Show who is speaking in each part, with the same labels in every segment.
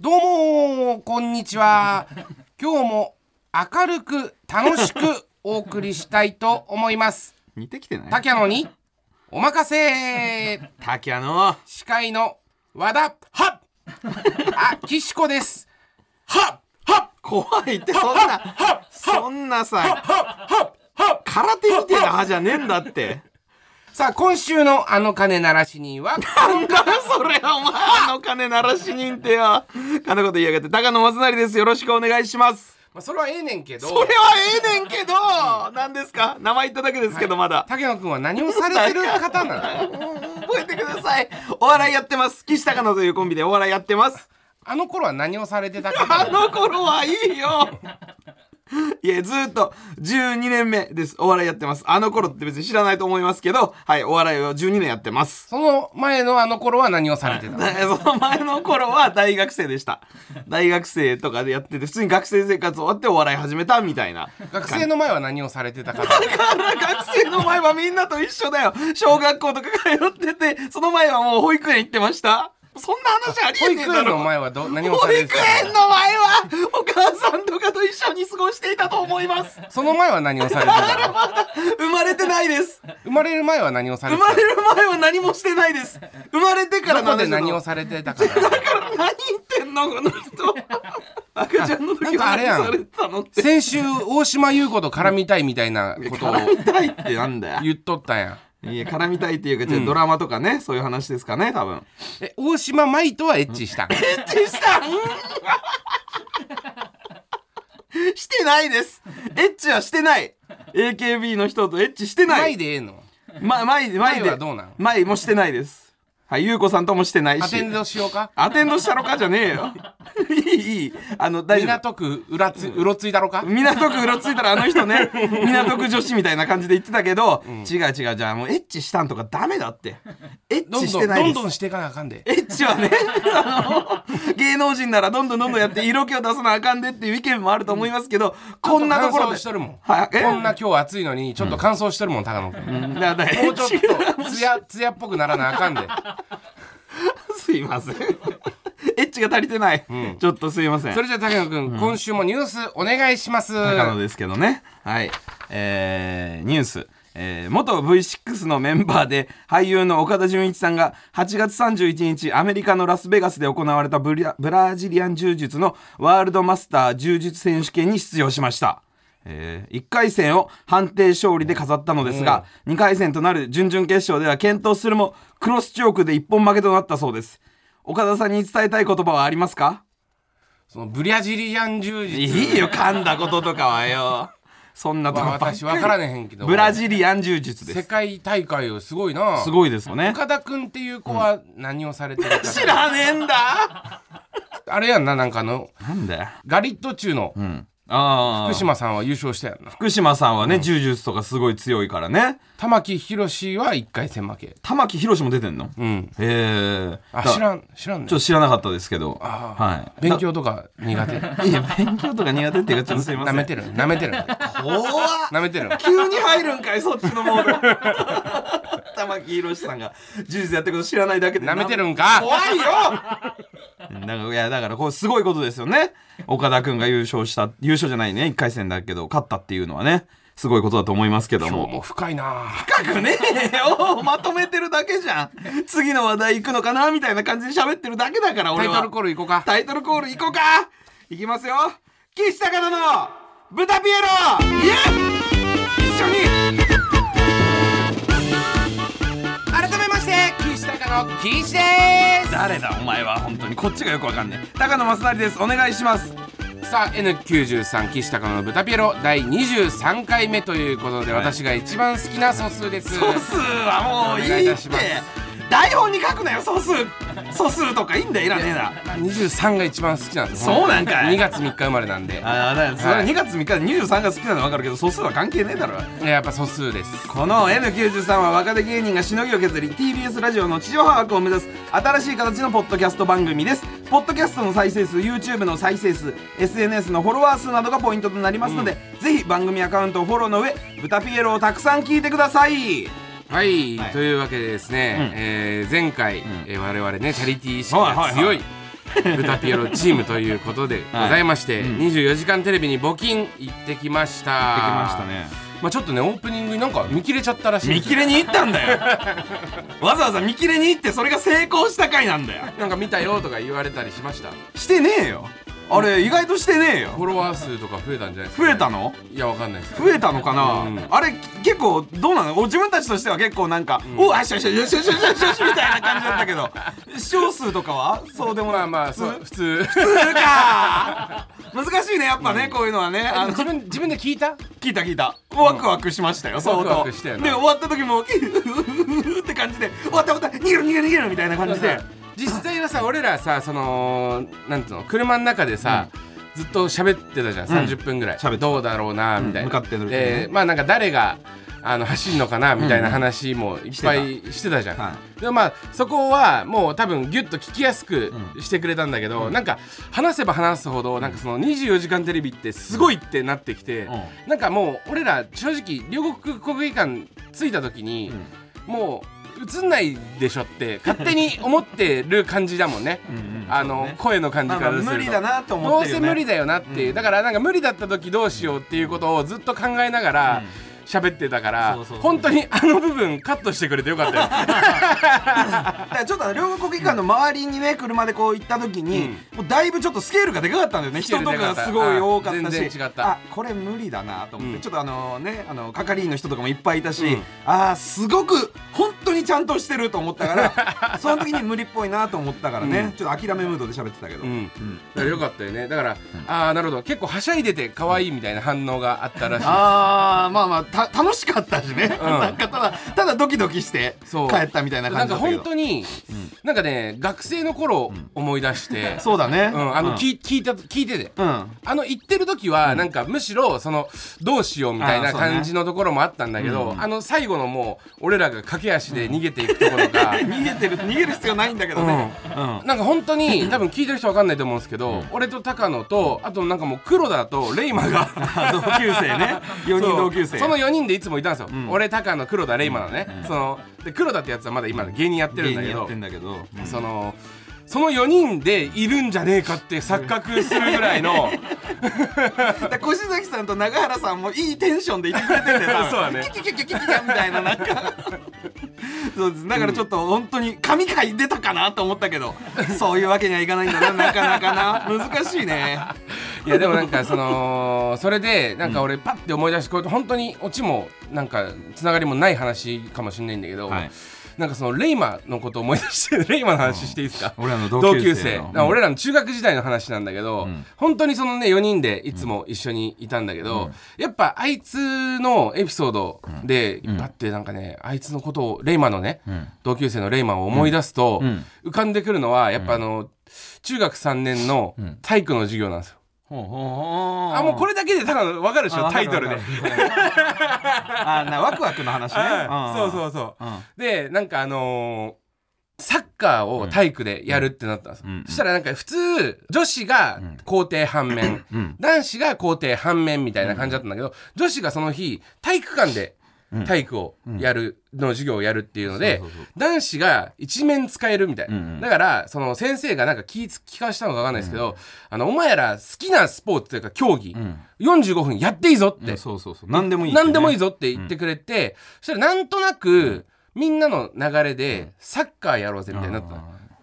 Speaker 1: どうもこんにちは今日も明るく楽しくお送りしたいと思います
Speaker 2: 似てきてない
Speaker 1: 竹野にお任せ
Speaker 2: 竹野の
Speaker 1: 司会の和田はっあ岸子ですはっはっ
Speaker 2: 怖いってそんな そんなさ空手みてえな歯じゃねえんだって
Speaker 1: さあ今週のあの鐘鳴らし人は
Speaker 2: なんだそれお前あの金鳴らし人ってよかなこと言いやがって高野正成ですよろしくお願いします
Speaker 1: まあそれはええねんけど
Speaker 2: それはええねんけど何ですか名前言っただけですけどまだ
Speaker 1: 竹野くんは何をされてる方なの
Speaker 2: 覚えてくださいお笑いやってます岸高野というコンビでお笑いやってます
Speaker 1: あの頃は何をされてた方な
Speaker 2: あ
Speaker 1: の
Speaker 2: の頃はいいよ いやずっと12年目ですお笑いやってますあの頃って別に知らないと思いますけどはいお笑いを12年やってます
Speaker 1: その前のあの頃は何をされてたの
Speaker 2: だからその前の頃は大学生でした大学生とかでやってて普通に学生生活終わってお笑い始めたみたいな
Speaker 1: 学生の前は何をされてた方
Speaker 2: だから学生の前はみんなと一緒だよ小学校とか通っててその前はもう保育園行ってましたそんな話あり
Speaker 1: 保育
Speaker 2: えねえだ
Speaker 1: 園の
Speaker 2: ろ
Speaker 1: 前はど何をさ
Speaker 2: 保
Speaker 1: れて
Speaker 2: 育
Speaker 1: たの
Speaker 2: 園の前はお母さんとかと一緒に過ごしていたと思います
Speaker 1: その前は何をされてたの
Speaker 2: まだ生まれてないです
Speaker 1: 生まれる前は何をされ
Speaker 2: 生
Speaker 1: てたの
Speaker 2: まれる前は何もしてないです生まれてか
Speaker 1: ど
Speaker 2: ら
Speaker 1: こ
Speaker 2: なん
Speaker 1: で
Speaker 2: けど
Speaker 1: 何をされてたかな
Speaker 2: だから何言ってんのこの人 赤ちゃんの時は
Speaker 1: あなんかあれやん
Speaker 2: 何されてたのって
Speaker 1: 先週大島優子と絡みたいみたいなこと を
Speaker 2: 絡みたいってなんだよ
Speaker 1: 言っとったやん
Speaker 2: いや絡みたいっていうかじゃあドラマとかね、そういう話ですかね多分
Speaker 1: え大島舞とはエッチした
Speaker 2: エッチした んしてないですエッチはしてない AKB の人とエッチしてない
Speaker 1: 舞でええの
Speaker 2: ま、前で前
Speaker 1: 前
Speaker 2: で
Speaker 1: はどうなの
Speaker 2: 前もしてないですはい優子さんともしてないし
Speaker 1: アテンドしようか
Speaker 2: アテンドしたろかじゃねえよいいいいあの大丈夫
Speaker 1: 港区うらつうろついだろか
Speaker 2: 港区うろついたらあの 人ね港区女子みたいな感じで言ってたけど、違う違うじゃあもうエッチしたんとかダメだってエッ
Speaker 1: ど
Speaker 2: チ
Speaker 1: ん
Speaker 2: し
Speaker 1: ど
Speaker 2: て
Speaker 1: ん
Speaker 2: ない
Speaker 1: ど
Speaker 2: で
Speaker 1: ん
Speaker 2: す
Speaker 1: どんしていかなあかんで
Speaker 2: エッチはね あの芸能人ならどんどんどんどんやって色気を出さなあかんでっていう意見もあると思いますけど、こんなところ
Speaker 1: 乾燥
Speaker 2: で
Speaker 1: しとるもん
Speaker 2: はいえ
Speaker 1: こんな今日暑いのにちょっと乾燥しとるもん高野君
Speaker 2: うんだからエ
Speaker 1: もう
Speaker 2: ッ
Speaker 1: ちょっ
Speaker 2: チ
Speaker 1: とツヤツヤっぽくならなあかんです
Speaker 2: いません エッチが足りてない、ちょっとすいません
Speaker 1: それじゃあ竹野君、今週もニュースお願いします
Speaker 2: 高野ですけどねはいえー、ニュースえー元 V6 のメンバーで俳優の岡田准一さんが8月31日アメリカのラスベガスで行われたブリブラジリアン柔術のワールドマスター柔術選手権に出場しました、え1回戦を判定勝利で飾ったのですが、2回戦となる準々決勝では健闘するもクロスチョークで一本負けとなったそうです岡田さんに伝えたい言葉はありますか
Speaker 1: そのブリャジリアン柔術
Speaker 2: いいよ噛んだこととかはよそんなとこ
Speaker 1: は
Speaker 2: ばっかり
Speaker 1: 私分からねへんけど
Speaker 2: ブラジリアン柔術で
Speaker 1: 世
Speaker 2: す
Speaker 1: 界大会をすごいな
Speaker 2: すごいですよね
Speaker 1: 岡田君っていう子は何をされてるか、
Speaker 2: 知らねえんだ
Speaker 1: あれやんななんかあの
Speaker 2: なんだよ
Speaker 1: ガリット中の
Speaker 2: うんああ
Speaker 1: 福島さんは優勝したやんな
Speaker 2: 福島さんはね柔術とかすごい強いからね
Speaker 1: 玉木宏は1回戦負け
Speaker 2: 玉木宏も出てんの
Speaker 1: うん
Speaker 2: へえ
Speaker 1: あ知
Speaker 2: ん
Speaker 1: らん知らんね
Speaker 2: ちょっと知らなかったですけど
Speaker 1: あ
Speaker 2: は
Speaker 1: ー
Speaker 2: い
Speaker 1: 勉強とか苦手
Speaker 2: だいや勉強とか苦手っていうかちょっ とすいませ
Speaker 1: 舐
Speaker 2: ん
Speaker 1: めてる舐めてる
Speaker 2: 怖っ
Speaker 1: 舐めてる
Speaker 2: 急に入るんかいそっちのモード 玉木宏さんが柔術やってること知らないだけで
Speaker 1: 舐めてるんか
Speaker 2: 怖いよだからいやだからこうすごいことですよね岡田君が優勝した優勝じゃないね1回戦だけど勝ったっていうのはねすごいことだと思いますけど
Speaker 1: 今日
Speaker 2: も
Speaker 1: も深いな
Speaker 2: 深くねえよまとめてるだけじゃん次の話題行くのかなみたいな感じで喋ってるだけだから
Speaker 1: タ
Speaker 2: 俺
Speaker 1: イ
Speaker 2: は
Speaker 1: トルコールいこうか
Speaker 2: タイトルコール行こうか行きますよ岸高野の豚ピエロイエ一緒に
Speaker 1: 改めまして岸高の岸で
Speaker 2: 誰だお前は本当にこっちがよくわかんねえ高野正成ですお願いします
Speaker 1: すさあ N93 岸高の豚ピエロ第23回目ということで、
Speaker 2: はい
Speaker 1: 私が一番好きな素数です
Speaker 2: 素数はもういい
Speaker 1: お願いい
Speaker 2: ったて
Speaker 1: します
Speaker 2: 台本に書くなよ素数素数とかいいんだよいらねえな
Speaker 1: まあ23が一番好きなんです
Speaker 2: そうなんかい
Speaker 1: 2月3日生まれなんで
Speaker 2: ああだからそれは2月3日で23が好きなの分かるけど素数は関係ねえだろ
Speaker 1: やっぱ素数です
Speaker 2: この N93 は若手芸人がしのぎを削り TBS ラジオの地上波枠を目指す新しい形のポッドキャスト番組ですポッドキャストの再生数 YouTube の再生数 SNS のフォロワー数などがポイントとなりますので、ぜひ番組アカウントをフォローの上「ブタピエロ」をたくさん聞いてください
Speaker 1: はい、
Speaker 2: はい
Speaker 1: というわけでですね、
Speaker 2: うん
Speaker 1: えー前回、
Speaker 2: ん
Speaker 1: えー我々ねチャリティー意識が強
Speaker 2: はい
Speaker 1: いブタピエロチームということでご
Speaker 2: はい
Speaker 1: ざいまして、
Speaker 2: うん
Speaker 1: 24時間テレビに募金行ってきました
Speaker 2: ね
Speaker 1: まあ、ちょっとねオープニングになんか見切れちゃったらしい
Speaker 2: 見切れに行ったんだよわざわざ見切れに行ってそれが成功した回なんだよ
Speaker 1: なんか見たよとか言われたりしました
Speaker 2: してねえよあれ意外として
Speaker 1: フ
Speaker 2: ねえよ
Speaker 1: ォロワー数とか増えたんじゃないですか、
Speaker 2: 増えたの
Speaker 1: いやわかんないです
Speaker 2: 増えたのかな、
Speaker 1: うん
Speaker 2: あれ結構どうなのお自分たちとしては結構なんか、おうあしよしよしよしよしよしよしみたいな感じだったけど視聴数とかはそうでも
Speaker 1: ま
Speaker 2: な
Speaker 1: あ
Speaker 2: い
Speaker 1: まあそう
Speaker 2: 普
Speaker 1: 普通
Speaker 2: 通か難しいねやっぱね、こういうのはねあの
Speaker 1: 自分自分で聞いた
Speaker 2: 聞いた聞いたワクワクしましたよ、相当
Speaker 1: ワクワクしたよな
Speaker 2: で終わった時も「キューって感じで終わった終わった逃げる逃げる逃げるみたいな感じで
Speaker 1: さ実際はさ俺らさそのなんつうの車の中でさ、ずっと喋ってたじゃん
Speaker 2: ん
Speaker 1: 30分ぐらい、
Speaker 2: 喋ってた
Speaker 1: どうだろうなみたいな、
Speaker 2: うん向かってる時にね
Speaker 1: でまあなんか誰があの走るのかなみたいな話もいっぱいしてたじゃん、
Speaker 2: は
Speaker 1: でもまあそこはもう多分ギュッと聞きやすくしてくれたんだけど、なんか話せば話すほどなんかその24時間テレビってすごいってなってきて、
Speaker 2: うん
Speaker 1: なんかもう俺ら正直両国国技館着いた時に、もう映んないでしょって勝手に思ってる感じだもんね
Speaker 2: んうん
Speaker 1: あの、
Speaker 2: そうね
Speaker 1: 声の感じ
Speaker 2: まあ
Speaker 1: か
Speaker 2: まあ
Speaker 1: らすると、
Speaker 2: 無理だなと
Speaker 1: ど
Speaker 2: 思っ
Speaker 1: う
Speaker 2: てる
Speaker 1: せ
Speaker 2: よ、ね、
Speaker 1: 無理だよなっていう、だからなんか無理だった時どうしようっていうことをずっと考えながら喋ってたから、
Speaker 2: そうそうそう
Speaker 1: 本当にあの部分カットしてくれてよかったよ
Speaker 2: だからちょっと両国技館の周りにね車でこう行った時に、もうだいぶちょっとスケールがでかかったんだよね
Speaker 1: スケー
Speaker 2: 人
Speaker 1: ルで
Speaker 2: と
Speaker 1: か
Speaker 2: か
Speaker 1: か
Speaker 2: が
Speaker 1: った
Speaker 2: すごい多かったし
Speaker 1: あ全然違った
Speaker 2: あこれ無理だなと思って、
Speaker 1: うん
Speaker 2: ちょっとあのねあの係員の人とかもいっぱいいたし、
Speaker 1: うん
Speaker 2: あーすごく本当にちゃんとしてると思ったから その時に無理っぽいなと思ったからね、
Speaker 1: うん
Speaker 2: ちょっと諦めムードで喋ってたけど、
Speaker 1: う
Speaker 2: うん
Speaker 1: んだからよかったよねだから、ああなるほど結構はしゃいでて可愛いみたいな反応があったらしい
Speaker 2: あーまあまあた楽しかったしね、
Speaker 1: なん
Speaker 2: かただただドキドキして
Speaker 1: 帰った
Speaker 2: みたい
Speaker 1: なんか本当に、なんかね学生の頃を思い出して、
Speaker 2: そうだね、
Speaker 1: うん、あの、き聞いた聞いてて
Speaker 2: うん
Speaker 1: あの行ってる時はなんかむしろそのどうしようみたい
Speaker 2: あ
Speaker 1: な
Speaker 2: ーそうね
Speaker 1: 感じのところもあったんだけど、あの最後のもう俺らが駆け足で逃げていくところが、
Speaker 2: 逃げてる逃げる必要ないんだけどね、うん
Speaker 1: なんか本当に多分聞いてる人わかんないと思うんですけど、俺と高野とあとなんかもう黒田とレイマ が
Speaker 2: 同級生ね4人同級生
Speaker 1: そうその4人でいつもいたんですよ、俺高野黒田レイマのね、そので黒田ってやつはまだ今芸人やってるんだけど
Speaker 2: だけど
Speaker 1: そのその4人でいるんじゃねえかって錯覚するぐらいの
Speaker 2: 小石崎さんと永原さんもいいテンションでいてくれてるんだよ
Speaker 1: そうだね
Speaker 2: キキキキキキキみたいななんかそうですだからちょっと本当に神回出たかなと思ったけどそういうわけにはいかないんだななかなかな難しいね
Speaker 1: いやでもなんかそのそれでなんか俺パッて思い出してこうやって本当にオチもなんかつながりもない話かもしれないんだけど、
Speaker 2: はい
Speaker 1: なんかそのレイマのことを思い出して レイマの話していいですか、
Speaker 2: 俺らの
Speaker 1: 同級生だから俺らの中学時代の話なんだけど、
Speaker 2: ん
Speaker 1: 本当にそのね4人でいつも一緒にいたんだけど、やっぱあいつのエピソードで引っ張ってなんかねあいつのことをレイマのね、
Speaker 2: ん
Speaker 1: 同級生のレイマを思い出すと、
Speaker 2: うん
Speaker 1: 浮かんでくるのはやっぱあの中学3年の体育の授業なんですよ。あ
Speaker 2: あ
Speaker 1: もうこれ
Speaker 2: れ
Speaker 1: だけでただ分かるでしょタイトルで。
Speaker 2: あなワクワクの話ね
Speaker 1: はいそうそううそう。
Speaker 2: うん
Speaker 1: でなんかあのーサッカーを体育でやるってなったんですよ、
Speaker 2: うんうん
Speaker 1: そしたらなんか普通女子が校庭反面、
Speaker 2: うん
Speaker 1: 男子が校庭反面みたいな感じだったんだけど、女子がその日体育館で体育をやる、の授業をやるっていうので
Speaker 2: そうそうそう
Speaker 1: 男子が一面使えるみたいな、
Speaker 2: うんうん
Speaker 1: だからその先生がなんか気つ聞かしたのか分かんないですけど、あのお前ら好きなスポーツというか競技、45分やっていいぞって、
Speaker 2: そうそうそう何でもいいってね
Speaker 1: 何でもいいぞって言ってくれて、そしたらなんとなくみんなの流れでサッカーやろうぜみたいになったの。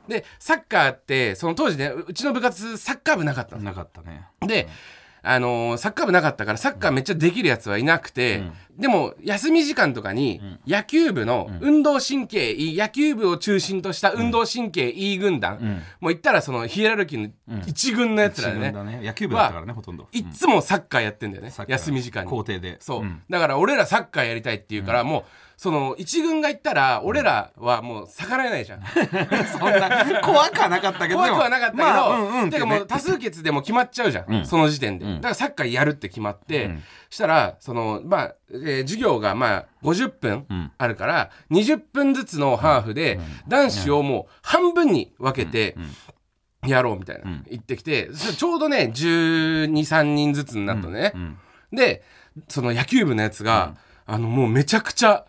Speaker 1: でサッカーってその当時ねうちの部活サッカー部なかったの
Speaker 2: なかったね
Speaker 1: で、あのーサッカー部なかったからサッカーめっちゃできるやつはいなくて、でも休み時間とかに野球部の運動神経いい野球部を中心とした運動神経いい軍団、
Speaker 2: ん
Speaker 1: もう言ったらそのヒエラルキーの一軍のやつらでね、
Speaker 2: 自分だね野球部だったからねほとんど
Speaker 1: いっつもサッカーやってんだよね
Speaker 2: サッカー
Speaker 1: 休み時間に
Speaker 2: 校庭で
Speaker 1: そう、
Speaker 2: ん
Speaker 1: だから俺らサッカーやりたいって言うから、もうその一軍が行ったら俺らはもう逆らえないじゃん、
Speaker 2: そんな 怖くはなかったけど
Speaker 1: 怖
Speaker 2: で
Speaker 1: く
Speaker 2: も
Speaker 1: はなかったけど、
Speaker 2: まあうんうんっ
Speaker 1: て
Speaker 2: てね
Speaker 1: かもう多数決でもう決まっちゃうじゃん、
Speaker 2: うん
Speaker 1: その時点で、
Speaker 2: うん
Speaker 1: だからサッカーやるって決まって、
Speaker 2: うん
Speaker 1: したらそのまあ、えー授業がまあ50分
Speaker 2: うん
Speaker 1: あるから20分ずつのハーフで男子をもう半分に分けてやろうみたいな、
Speaker 2: うん
Speaker 1: 言ってきてそちょうどね1 2三3人ずつになったのね、
Speaker 2: うん
Speaker 1: でその野球部のやつが、あのもうめちゃくちゃ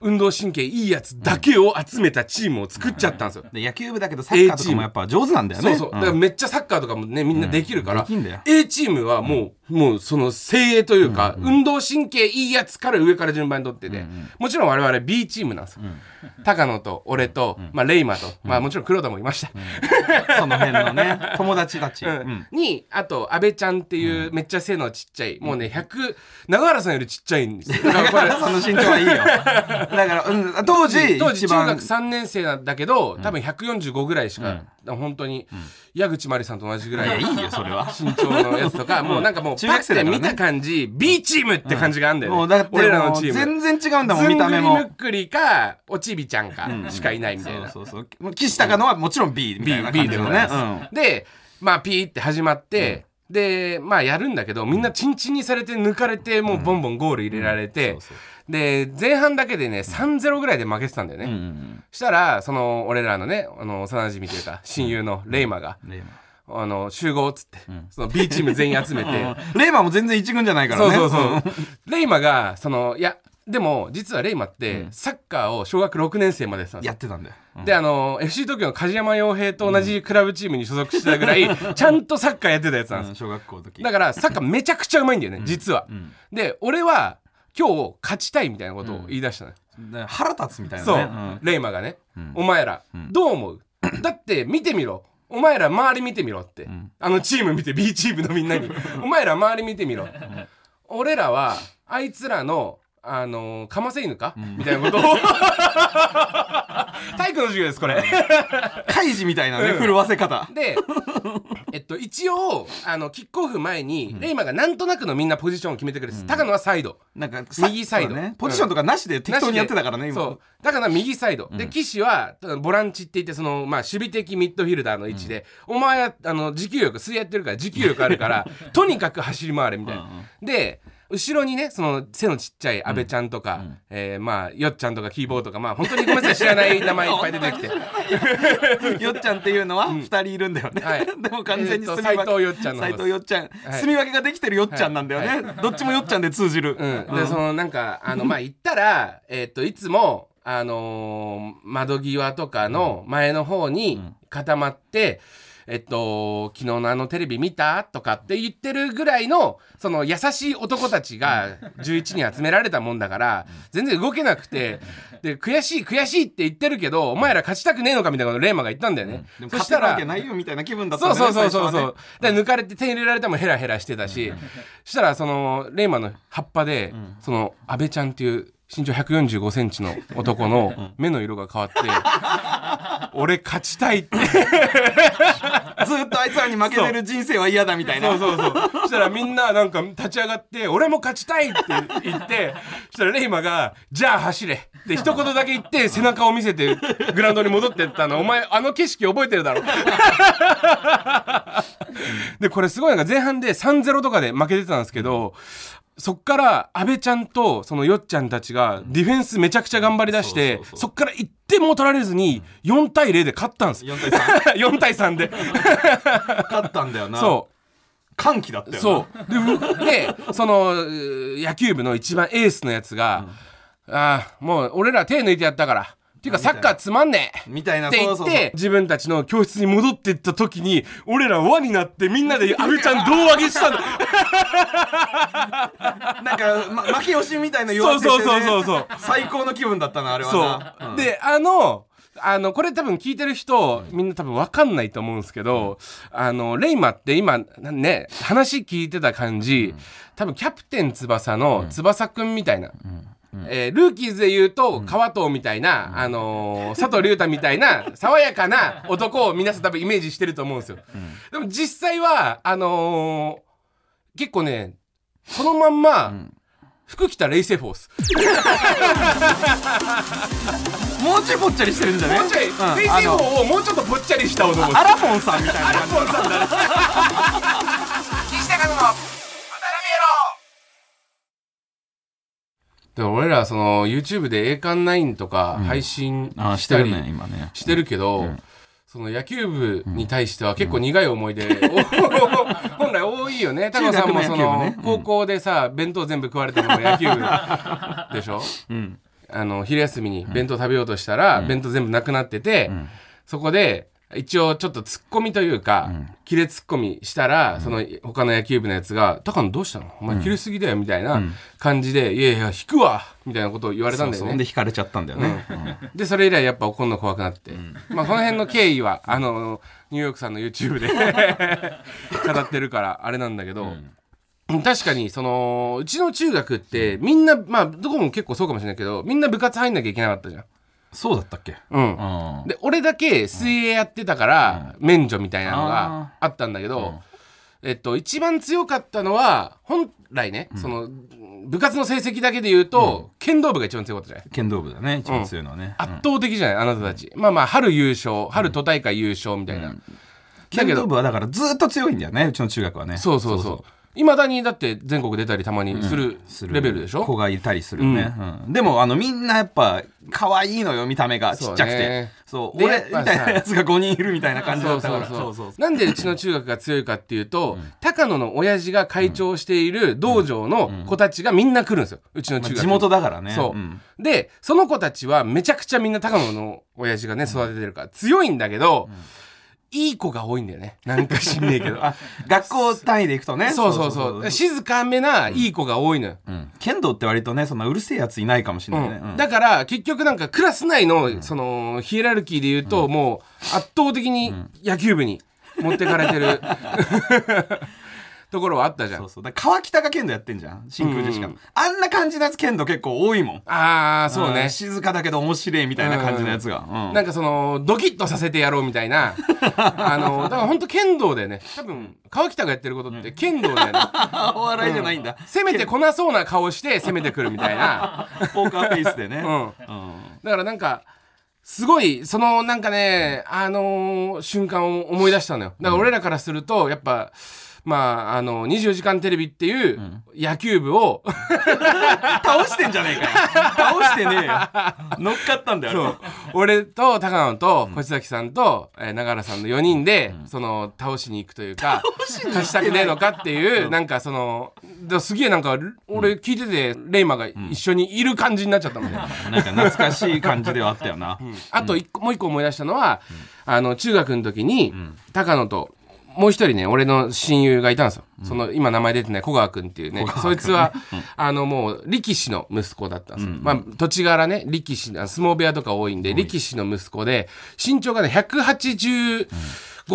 Speaker 1: 運動神経いいやつだけを集めたチームを作っちゃったんですよ。
Speaker 2: で野球部だけどサッカーとかもやっぱ上手なんだよね
Speaker 1: そうそう。だ
Speaker 2: ん
Speaker 1: からめっちゃサッカーとかもね、みんなできるから。
Speaker 2: できんだよ
Speaker 1: A チームはもう、もうその精鋭というか、運動神経いいやつから上から順番に取ってて、もちろん我々 B チームなんですよ。高野と俺と、まあレイマと、まあもちろん黒田もいました。
Speaker 2: その辺の ね友達たちう
Speaker 1: うん
Speaker 2: ん
Speaker 1: に、あと、安倍ちゃんっていうめっちゃ背のちっちゃい、もうね、100、永原さんよりちっちゃいんですよ。 だからこれ
Speaker 2: その身長はいいよだからうん当時
Speaker 1: 当時
Speaker 2: 一
Speaker 1: 中
Speaker 2: 番
Speaker 1: 学3年生なんだけど、多分145ぐらいしか、本当に、矢口真理さんと同じぐらい
Speaker 2: いやいいよそれは
Speaker 1: 身長のやつとか、もうなんかもう、
Speaker 2: 中
Speaker 1: パ
Speaker 2: 学
Speaker 1: ッ
Speaker 2: 生だ
Speaker 1: て
Speaker 2: からね
Speaker 1: 見た感じ、B チームって感じがあんだよね。
Speaker 2: もうだって
Speaker 1: 俺らのチーム。
Speaker 2: 全然違うんだもん見た目
Speaker 1: ずんぐり
Speaker 2: も
Speaker 1: むっくりか、おちびちゃんかしかいないみたいな。
Speaker 2: そうそうそう もう岸高野はもちろん B みたい
Speaker 1: B,
Speaker 2: な
Speaker 1: B
Speaker 2: 感
Speaker 1: で
Speaker 2: じ
Speaker 1: ご
Speaker 2: の
Speaker 1: ざい
Speaker 2: ね
Speaker 1: ます。で、まあ、ピーって始まって、で、まあ、やるんだけど、みんなチンチンにされて抜かれて、もうボンボンゴール入れられて、で、前半だけでね、3-0ぐらいで負けてたんだよね。
Speaker 2: うんうん
Speaker 1: したらその俺らのねあの幼馴染というか親友のレイマが
Speaker 2: うんレイ
Speaker 1: 「
Speaker 2: マ
Speaker 1: あの集合」っつって、その B チーム全員集めて、
Speaker 2: レイマも全然一軍じゃないから
Speaker 1: そう
Speaker 2: ね
Speaker 1: そうそうレイマがそのいやでも実はレイマってサッカーを小学6年生までやってたんですよ
Speaker 2: やってたんだようん
Speaker 1: であの FC 東京の梶山洋平と同じクラブチームに所属してたぐらい、 ちゃんとサッカーやってたやつなんです
Speaker 2: う
Speaker 1: よ
Speaker 2: ん小学校の時
Speaker 1: だからサッカーめちゃくちゃうまいんだよね、実は、
Speaker 2: ん
Speaker 1: で俺は今日勝ちたいみたいなことを言い出したのよ、
Speaker 2: だから腹立つみたいなね
Speaker 1: そう、
Speaker 2: ん
Speaker 1: レイマがね、お前ら、どう思うだって見てみろお前ら周り見てみろって、あのチーム見て B チームのみんな にお前ら周り見てみろ、俺らはあいつらのあのー、かませ犬か、みたい なことを体育の授業ですこれ
Speaker 2: カイジみたいなね
Speaker 1: うん
Speaker 2: 震わせ方
Speaker 1: でえっと一応あのキックオフ前に、レイマがなんとなくのみんなポジションを決めてくれて、高野はサイド
Speaker 2: なんか
Speaker 1: 右サイド
Speaker 2: そうだねポジションとかなしで適当にやってたからね
Speaker 1: なしでそ
Speaker 2: 今
Speaker 1: うだから右サイド、で岸はボランチって言ってその、まあ、守備的ミッドフィルダーの位置で、お前はあの持久力水泳やってる から持久力あるからとにかく走り回れみたいな。で後ろにねその背のちっちゃい阿部ちゃんとか、えーまあよっちゃんとかキーボーとかまあ本当にごめんなさい知らない名前いっぱい出てき て
Speaker 2: よっちゃんっていうのは2人いるんだよね
Speaker 1: はい
Speaker 2: でも完全に
Speaker 1: えーと
Speaker 2: 住み分
Speaker 1: 斉藤よっちゃんの方
Speaker 2: 斉
Speaker 1: です
Speaker 2: 藤よっちゃん
Speaker 1: い
Speaker 2: 住み分けができてるよっちゃんなんだよねどっちもよっちゃんで通じる
Speaker 1: うん、でそのなんかあのまあ行ったらえっといつもあのー窓際とかの前の方に固まって、えっと昨日のあのテレビ見たとかって言ってるぐらいのその優しい男たちが11人集められたもんだから全然動けなくてで悔しい悔しいって言ってるけどお前ら勝ちたくねえのかみたいなことレーマが言ったんだよね。
Speaker 2: でも
Speaker 1: そ
Speaker 2: 勝
Speaker 1: してた
Speaker 2: るわ
Speaker 1: ら
Speaker 2: けないよみたいな気分だっ
Speaker 1: そ
Speaker 2: たね
Speaker 1: うそうそうそう
Speaker 2: 最
Speaker 1: そ
Speaker 2: 初は
Speaker 1: う
Speaker 2: ね。
Speaker 1: で抜かれて手に入れられてもヘラヘラしてたし、そしたらそのレイマの葉っぱで、その阿部ちゃんっていう身長145センチの男の目の色が変わって、 俺勝ちたいって。
Speaker 2: ずっとあいつらに負けてる人生は嫌だみたいな
Speaker 1: そうそうそう。そしたらみんななんか立ち上がって、俺も勝ちたいって言って、そしたらレイマが、じゃあ走れって一言だけ言って背中を見せてグラウンドに戻ってったの、お前あの景色覚えてるだろ。で、これすごいなんか前半で3-0とかで負けてたんですけど、そっから安倍ちゃんとそのよっちゃんたちがディフェンスめちゃくちゃ頑張りだして、そっから1点も取られずに4対0で勝ったんです。
Speaker 2: 4対3
Speaker 1: 4対3で。
Speaker 2: 勝ったんだよな
Speaker 1: そう。
Speaker 2: 歓喜だったよな
Speaker 1: そうでうでそのうー野球部の一番エースのやつが「ああもう俺ら手抜いてやったから」っていうかサッカーつまんねえ
Speaker 2: みたい
Speaker 1: っ
Speaker 2: な
Speaker 1: て言って
Speaker 2: そうそうそう
Speaker 1: 自分たちの教室に戻ってった時に俺ら輪になってみんなで阿部ちゃん胴上げしたの
Speaker 2: なんか、ま、負け惜しみみたいな弱
Speaker 1: そう
Speaker 2: 気して、ね、
Speaker 1: そうそうそうそう
Speaker 2: 最高の気分だったなあれは
Speaker 1: そう
Speaker 2: な、、
Speaker 1: であのあの、これ多分聞いてる人、みんな多分わかんないと思うんですけど、あの、レイマって今、なね、話聞いてた感じ、多分キャプテン翼の翼くんみたいな。えールーキーズで言うと、川藤みたいな、あのー佐藤隆太みたい な、爽やかな男を皆さん多分イメージしてると思うんですよ。でも実際は、あのー結構ね、そのまんま、服着たレイセフォース。
Speaker 2: もうちょいぽっちゃりしてるんじゃね
Speaker 1: もうちょい、レイ
Speaker 2: うんあ
Speaker 1: セフォ
Speaker 2: の
Speaker 1: ーをもうちょっとぽっちゃりした男。
Speaker 2: アラフォンさんみたいな感じ
Speaker 1: でも俺らその YouTube で栄冠ナインとか配信
Speaker 2: あ
Speaker 1: し
Speaker 2: したて
Speaker 1: り
Speaker 2: るね今ね
Speaker 1: してるけど、
Speaker 2: ん
Speaker 1: その野球部に対しては結構苦い思い出、 本来多いよね高野さんもそ
Speaker 2: 中
Speaker 1: の
Speaker 2: 学の野球部ねうん
Speaker 1: 高校でさ弁当全部 食われたのも野球部でしょ
Speaker 2: うん
Speaker 1: あの昼休みに弁当食べようとしたら、弁当全部なくなってて、
Speaker 2: ん
Speaker 1: そこで一応ちょっとツッコミというか、切れツッコミしたら、その他の野球部のやつが「高野どうしたのお前切れすぎだよ」みたいな感じで「いやいや引くわ」みたいなことを言われた
Speaker 2: そ
Speaker 1: ん
Speaker 2: う
Speaker 1: だよ
Speaker 2: そう
Speaker 1: ね。
Speaker 2: ほんで引かれちゃったんだよね
Speaker 1: でそれ以来やっぱ怒るの怖くなって、まあこの辺の経緯はあのニューヨークさんの YouTube で 語ってるからあれなんだけど、確かにそのうちの中学ってみんなまあどこも結構そうかもしれないけどみんな部活入んなきゃいけなかったじゃん。
Speaker 2: そうだったっけ
Speaker 1: うん
Speaker 2: うん
Speaker 1: で俺だけ水泳やってたから免除みたいなのがあったんだけど、えっと、一番強かったのは本来ね、その部活の成績だけで言うと、剣道部が一番強かったじゃない
Speaker 2: 剣道部だね一番強いのはね
Speaker 1: 圧倒的じゃない、あなたたちまあまあ春優勝春都大会優勝みたいな、だ
Speaker 2: 剣
Speaker 1: け
Speaker 2: 道
Speaker 1: ど
Speaker 2: 部はだからずっと強いんだよねうちの中学はね
Speaker 1: そうそうそういまだにだって全国出たりたまにする
Speaker 2: する
Speaker 1: レベルでしょ、
Speaker 2: 子がいたりするよね、うんでもあのみんなやっぱ可愛いのよ見た目がち
Speaker 1: そう
Speaker 2: っ
Speaker 1: ね
Speaker 2: ちゃくてそう,、
Speaker 1: で
Speaker 2: 俺
Speaker 1: やっ
Speaker 2: み
Speaker 1: ぱさ
Speaker 2: たいなやつが5人いるみたいな感じ
Speaker 1: そ
Speaker 2: だ
Speaker 1: う
Speaker 2: った
Speaker 1: そ
Speaker 2: か
Speaker 1: う
Speaker 2: ら
Speaker 1: そう
Speaker 2: そうそう
Speaker 1: なんでうちの中学が強いかっていうと、高野の親父が会長している道場の子たちがみんな来るんですようちの
Speaker 2: ま
Speaker 1: 中
Speaker 2: あ
Speaker 1: 学、
Speaker 2: 地元だからね
Speaker 1: そう、
Speaker 2: ん
Speaker 1: でその子たちはめちゃくちゃみんな高野の親父がね育ててるから強いんだけど、いい子が多いんだよねなんか知んねえ けど
Speaker 2: あ学校単位でいくとね
Speaker 1: そうそうそう静かめないい子が多いのよ、
Speaker 2: うん剣道って割とねそんなうるせえやついないかもしれないね、うん
Speaker 1: だから結局なんかクラス内のそのヒエラルキーで言うともう圧倒的に野球部に持ってかれて るところはあったじゃん
Speaker 2: そうそうだから川北が剣道やってんじゃん真空ジェシカの、あんな感じのやつ剣道結構多いもん
Speaker 1: ああそう
Speaker 2: うん
Speaker 1: ね
Speaker 2: 静かだけど面白いみたいな感じのやつが、うん
Speaker 1: なんかそのドキッとさせてやろうみたい なあのだから本当剣道だよね多分川北がやってることって剣道だよね
Speaker 2: お笑いじゃないんだ、
Speaker 1: 攻めてこなそうな顔して攻めてくるみたいな
Speaker 2: ポーカーフェイスでね、
Speaker 1: うん
Speaker 2: うん
Speaker 1: だからなんか、すごい、そのなんかね、あのー瞬間を思い出したのよ。だから俺らからすると、やっぱ、まあ、あの、24時間テレビっていう野球部 を、
Speaker 2: 倒してんじゃねえかよ倒してねえよ乗っかったんだよ
Speaker 1: 俺と高野と星崎さんと、えー永原さんの4人で、その、倒しに行くというか、貸したくねえのかっていう、なんかその、ですげえなんか、俺聞いてて、レイマが一緒にいる感じになっちゃったのね。
Speaker 2: なんか懐かしい感じではあったよな、
Speaker 1: あと一個、もう一個思い出したのは、あの中学の時に、高野ともう一人ね俺の親友がいたんですよ、その今名前出てない小川君っていうねそいつは、あのもう力士の息子だったんですよ、まあ、土地柄ね力士あの相撲部屋とか多いんで力士の息子で身長がね185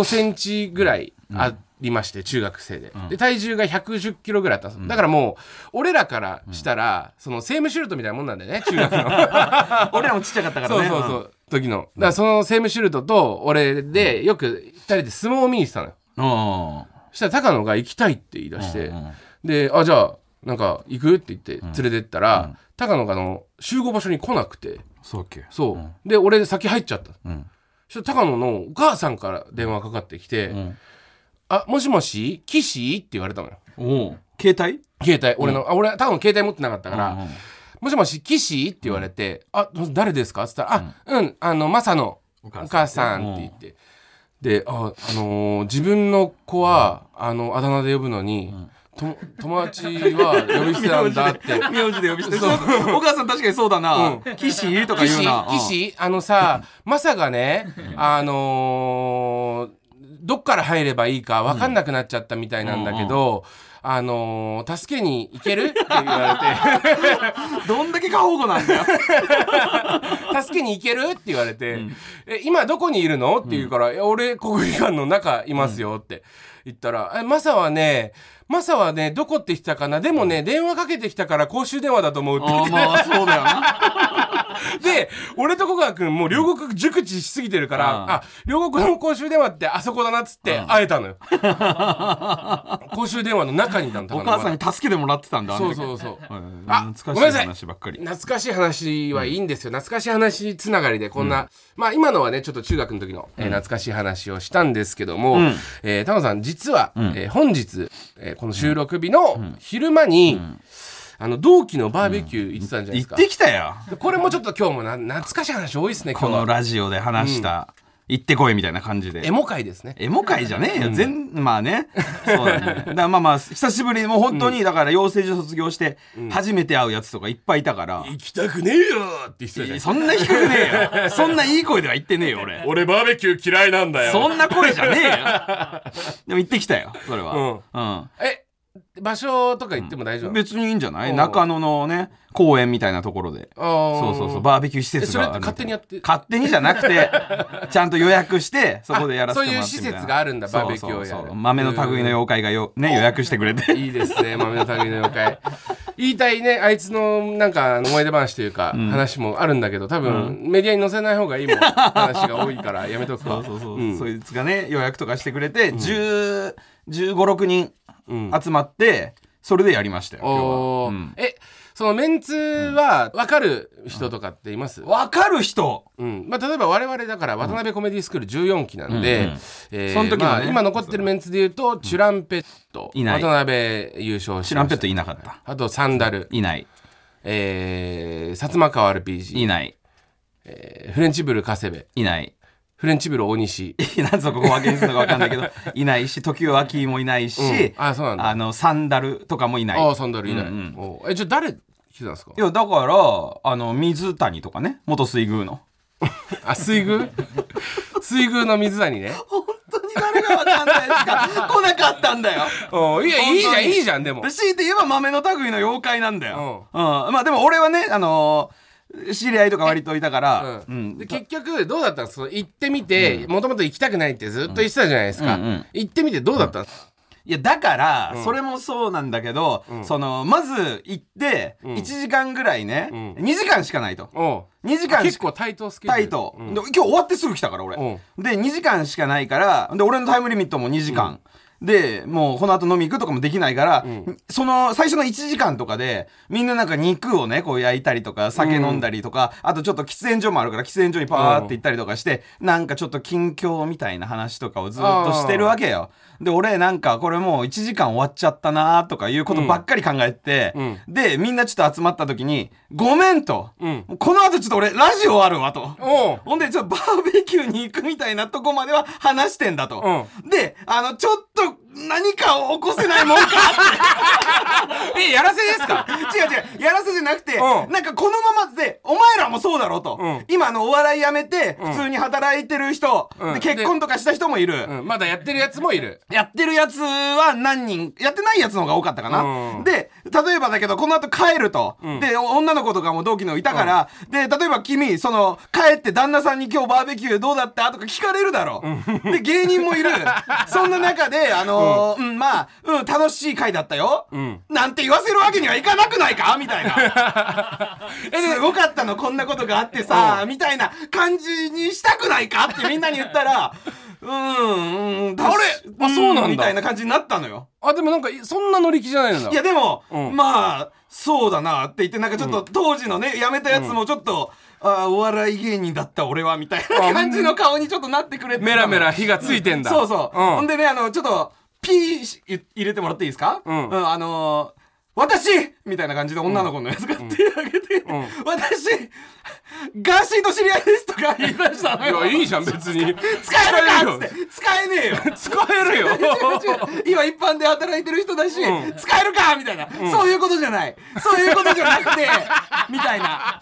Speaker 1: センチぐらいありまして中学生で,、で体重が110キロぐらいあったんですよだからもう俺らからしたら、そのセームシュルトみたいなもんなんだよね中学の。
Speaker 2: 俺らもちっちゃかったからね
Speaker 1: そうそうそう時のだからそのセームシュルトと俺でよく2人で相撲を見に行ってたのよ
Speaker 2: うん
Speaker 1: そしたら高野が行きたいって言い出して、
Speaker 2: うんうん
Speaker 1: で「あじゃあなんか行く?」って言って連れてったら、高野があの集合場所に来なくて
Speaker 2: そうっけ
Speaker 1: そう、で俺先入っちゃった
Speaker 2: うん
Speaker 1: そしたら高野のお母さんから電話かかってきて「
Speaker 2: ん
Speaker 1: あもしもし岸?」って言われたのよ
Speaker 2: おう携帯
Speaker 1: 携帯俺の、あ俺多分携帯持ってなかったから「
Speaker 2: うんうん
Speaker 1: もしもし岸?」って言われて「あ誰ですか?」っつったら「あうん、あのマサの
Speaker 2: お
Speaker 1: お母さんって言って、であ、あのー自分の子は、あのあだ名で呼ぶのに、と友達は呼び捨てなん だって
Speaker 2: 名字で呼び捨てそうお母さん確かにそうだな、岸とか言う
Speaker 1: 岸
Speaker 2: な
Speaker 1: 岸あのさマサがねあのーどっから入ればいいか分かんなくなっちゃったみたいなんだけど、あのー助けに行ける?」って言われて
Speaker 2: どんだけ過保護なん だよ。
Speaker 1: 「助けに行ける?」って言われて「え今どこにいるの?」って言うから「いや俺国技館の中いますよ」って言ったら「えマサはねマサはねどこって来たかなでもね電話かけてきたから公衆電話だと思う」って言
Speaker 2: あ
Speaker 1: っ
Speaker 2: ー
Speaker 1: て
Speaker 2: まあ、そうだよな。
Speaker 1: で俺と小川君もう両国熟知しすぎてるから、
Speaker 2: うん
Speaker 1: あ両国の公衆電話ってあそこだなっつって
Speaker 2: うん
Speaker 1: 会えたの よ公衆電話の中にいたの
Speaker 2: お
Speaker 1: 高野
Speaker 2: 母さん
Speaker 1: が
Speaker 2: に助けてもらってたんだ。。
Speaker 1: そうそううそうあ
Speaker 2: あ、
Speaker 1: ご
Speaker 2: 懐
Speaker 1: めんな
Speaker 2: かしい
Speaker 1: さい
Speaker 2: 話ばっかり。
Speaker 1: 懐かしい話はいいんですよ、懐かしい話つながりでこんな、まあ今のはねちょっと中学の時の、えー懐かしい話をしたんですけども、
Speaker 2: ん
Speaker 1: えー、タモさん実は、えー本日、えーこの収録日の昼間に、あの同期のバーベキュー行ってたんじゃないで
Speaker 2: 行
Speaker 1: すか、
Speaker 2: ってきたよ。
Speaker 1: これもちょっと今日もな懐かしい話多いですね今日
Speaker 2: こ
Speaker 1: は
Speaker 2: のラジオで話した、行ってこいみたいな感じ
Speaker 1: エ
Speaker 2: で。
Speaker 1: モ会ですね。
Speaker 2: エモ会じゃねえよ。全、まあね。そうだ ね。だからまあまあ、久しぶりにもう本当に、だから養成所卒業して、初めて会うやつとかいっぱいいたから。
Speaker 1: 行きたくねえよって言ってたじゃん
Speaker 2: そんな低くね えよ。そんないい声では言ってねえよ、俺。
Speaker 1: 俺バーベキュー嫌いなんだ
Speaker 2: そんな声じゃ ねえよ。でも行ってきたよ、それは。うん
Speaker 1: え、場所とか行っても大丈夫、
Speaker 2: 別にいいんじゃな
Speaker 1: う
Speaker 2: い
Speaker 1: ん
Speaker 2: 中野のね公園みたいなところでそ
Speaker 1: そう
Speaker 2: そうそうバーベキュー施
Speaker 1: え
Speaker 2: 設
Speaker 1: それっ
Speaker 2: が
Speaker 1: て
Speaker 2: ある
Speaker 1: 勝手にやって。
Speaker 2: 勝手にじゃなく てちゃんと予約してそこでやらせてもらっ
Speaker 1: あ
Speaker 2: て
Speaker 1: そういう施設があるんだバーベキューをやる
Speaker 2: そうそうそう豆の類の妖怪がよ、ね、予約してくれて
Speaker 1: いいですね、豆の類の妖怪。言いたいね、あいつのなんか思い出話というか、話もあるんだけど、多分、メディアに載せない方がいいもん話が多いから、やめとく
Speaker 2: そ
Speaker 1: わ
Speaker 2: うそうそう、
Speaker 1: ん
Speaker 2: そいつがね予約とかしてくれて、1 5 6人集まって、それでやりましたよ今日は
Speaker 1: おーえ、そのメンツは分かる人とかっています、
Speaker 2: わかる人
Speaker 1: うんまあ、例えば我々だから渡辺コメディスクール14期なん
Speaker 2: うん
Speaker 1: で、
Speaker 2: うん
Speaker 1: えー
Speaker 2: その時のね
Speaker 1: まあ、今残ってるメンツでいうと、チュランペット
Speaker 2: いない
Speaker 1: 渡辺優勝しました
Speaker 2: チュランペットいなかった
Speaker 1: あとサンダル、
Speaker 2: いない
Speaker 1: えー、薩摩川 RPG
Speaker 2: いない
Speaker 1: えーフレンチブル加瀬部
Speaker 2: いない
Speaker 1: フレンチブル大西、
Speaker 2: なんぞここ分けにするのか分かんないけ どいないし時を秋もいないし、
Speaker 1: うんあそうなんだ
Speaker 2: あのサンダルとかもいない
Speaker 1: ああサンダルいない、
Speaker 2: うんうん
Speaker 1: おうえじゃあ誰来てたんですか
Speaker 2: いやだからあの水谷とかね元水宮の
Speaker 1: あ水 宮水宮の水谷ね
Speaker 2: 本当に誰が分かんないしか 来なかったんだよ
Speaker 1: おういやいいじゃ
Speaker 2: 本当
Speaker 1: ん
Speaker 2: に
Speaker 1: いいじゃんでも
Speaker 2: 強いて言えば豆の類の妖怪なんだよ、うんまあでも俺はねあの知り合いとか割といたから、
Speaker 1: う
Speaker 2: うんん
Speaker 1: で結局どうだったんですか行ってみてもともと行きたくないってずっと言ってたじゃないですか、
Speaker 2: うんうん
Speaker 1: 行ってみてどうだったんですか、
Speaker 2: いやだから、それもそうなんだけど、そのまず行って1時間ぐらいね、
Speaker 1: ん
Speaker 2: 2時間しかないと
Speaker 1: おう
Speaker 2: 2時間し
Speaker 1: 結
Speaker 2: か
Speaker 1: 構対等好き
Speaker 2: タイト、で今日終わってすぐ来たから俺、
Speaker 1: う
Speaker 2: で2時間しかないからで俺のタイムリミットも2時間、でもうこの後飲み行くとかもできないから、その最初の1時間とかでみんななんか肉をねこう焼いたりとか酒飲んだりとか、あとちょっと喫煙所もあるから喫煙所にパーって行ったりとかして、なんかちょっと近況みたいな話とかをずっとしてるわけよで俺なんかこれもう1時間終わっちゃったなとかいうことばっかり考えて、
Speaker 1: ん
Speaker 2: でみんなちょっと集まった時に「ごめん」と。
Speaker 1: うん
Speaker 2: この後ちょっと俺ラジオあるわと。
Speaker 1: おう
Speaker 2: ほんで、ちょっとバーベキューに行くみたいなとこまでは話してんだと。 で、あの、ちょっと何かを起こせないもんかって。え、やらせです か違う違う、やらせじゃなくて、
Speaker 1: うん
Speaker 2: なんかこのままで、お前らもそうだろうと。
Speaker 1: うん
Speaker 2: 今あのお笑いやめて、普通に働いてる人、
Speaker 1: うん
Speaker 2: で結婚とかした人もいる。
Speaker 1: うん、まだやってるやつもいる
Speaker 2: やってるやつは何人やってないやつの方が多かったかな、
Speaker 1: うん
Speaker 2: で例えばだけどこの後帰ると、でお女の子とかも同期のいたから、で例えば君その帰って旦那さんに今日バーベキューどうだったとか聞かれるだろ、で芸人 もいるそんな中であのーうんまあ、うん、楽しい回だったよ、
Speaker 1: ん
Speaker 2: なんて言わせるわけにはいかなくないかみたいなすごかったのこんなことがあってさ、みたいな感じにしたくないかってみんなに言ったらうーん、うん、
Speaker 1: あれあそうなんだ
Speaker 2: みたいな感じになったのよ。
Speaker 1: あでもなんかそんな乗り気じゃないんだ
Speaker 2: いやでも、
Speaker 1: うん
Speaker 2: まあそうだなって言ってなんかちょっと当時のねやめたやつもちょっと、あーお笑い芸人だった俺はみたいな感じの顔にちょっとなってくれて
Speaker 1: メラメラ火がついてんだ、
Speaker 2: そうそう、
Speaker 1: ん
Speaker 2: ほんでねあのちょっとピーし入れてもらっていいですか、
Speaker 1: うん
Speaker 2: あのー私みたいな感じで女の子のやつが手を挙げて、
Speaker 1: んうん
Speaker 2: 私ガーシーの知り合いですとか言い出したの
Speaker 1: い
Speaker 2: よ
Speaker 1: や、いいじゃん、別に。
Speaker 2: 使えるかっつって使えねえよ
Speaker 1: 使え るよ。
Speaker 2: 今一般で働いてる人だし、
Speaker 1: うん
Speaker 2: 使えるかみたいな、そういうことじゃないそういうことじゃなく てみたいな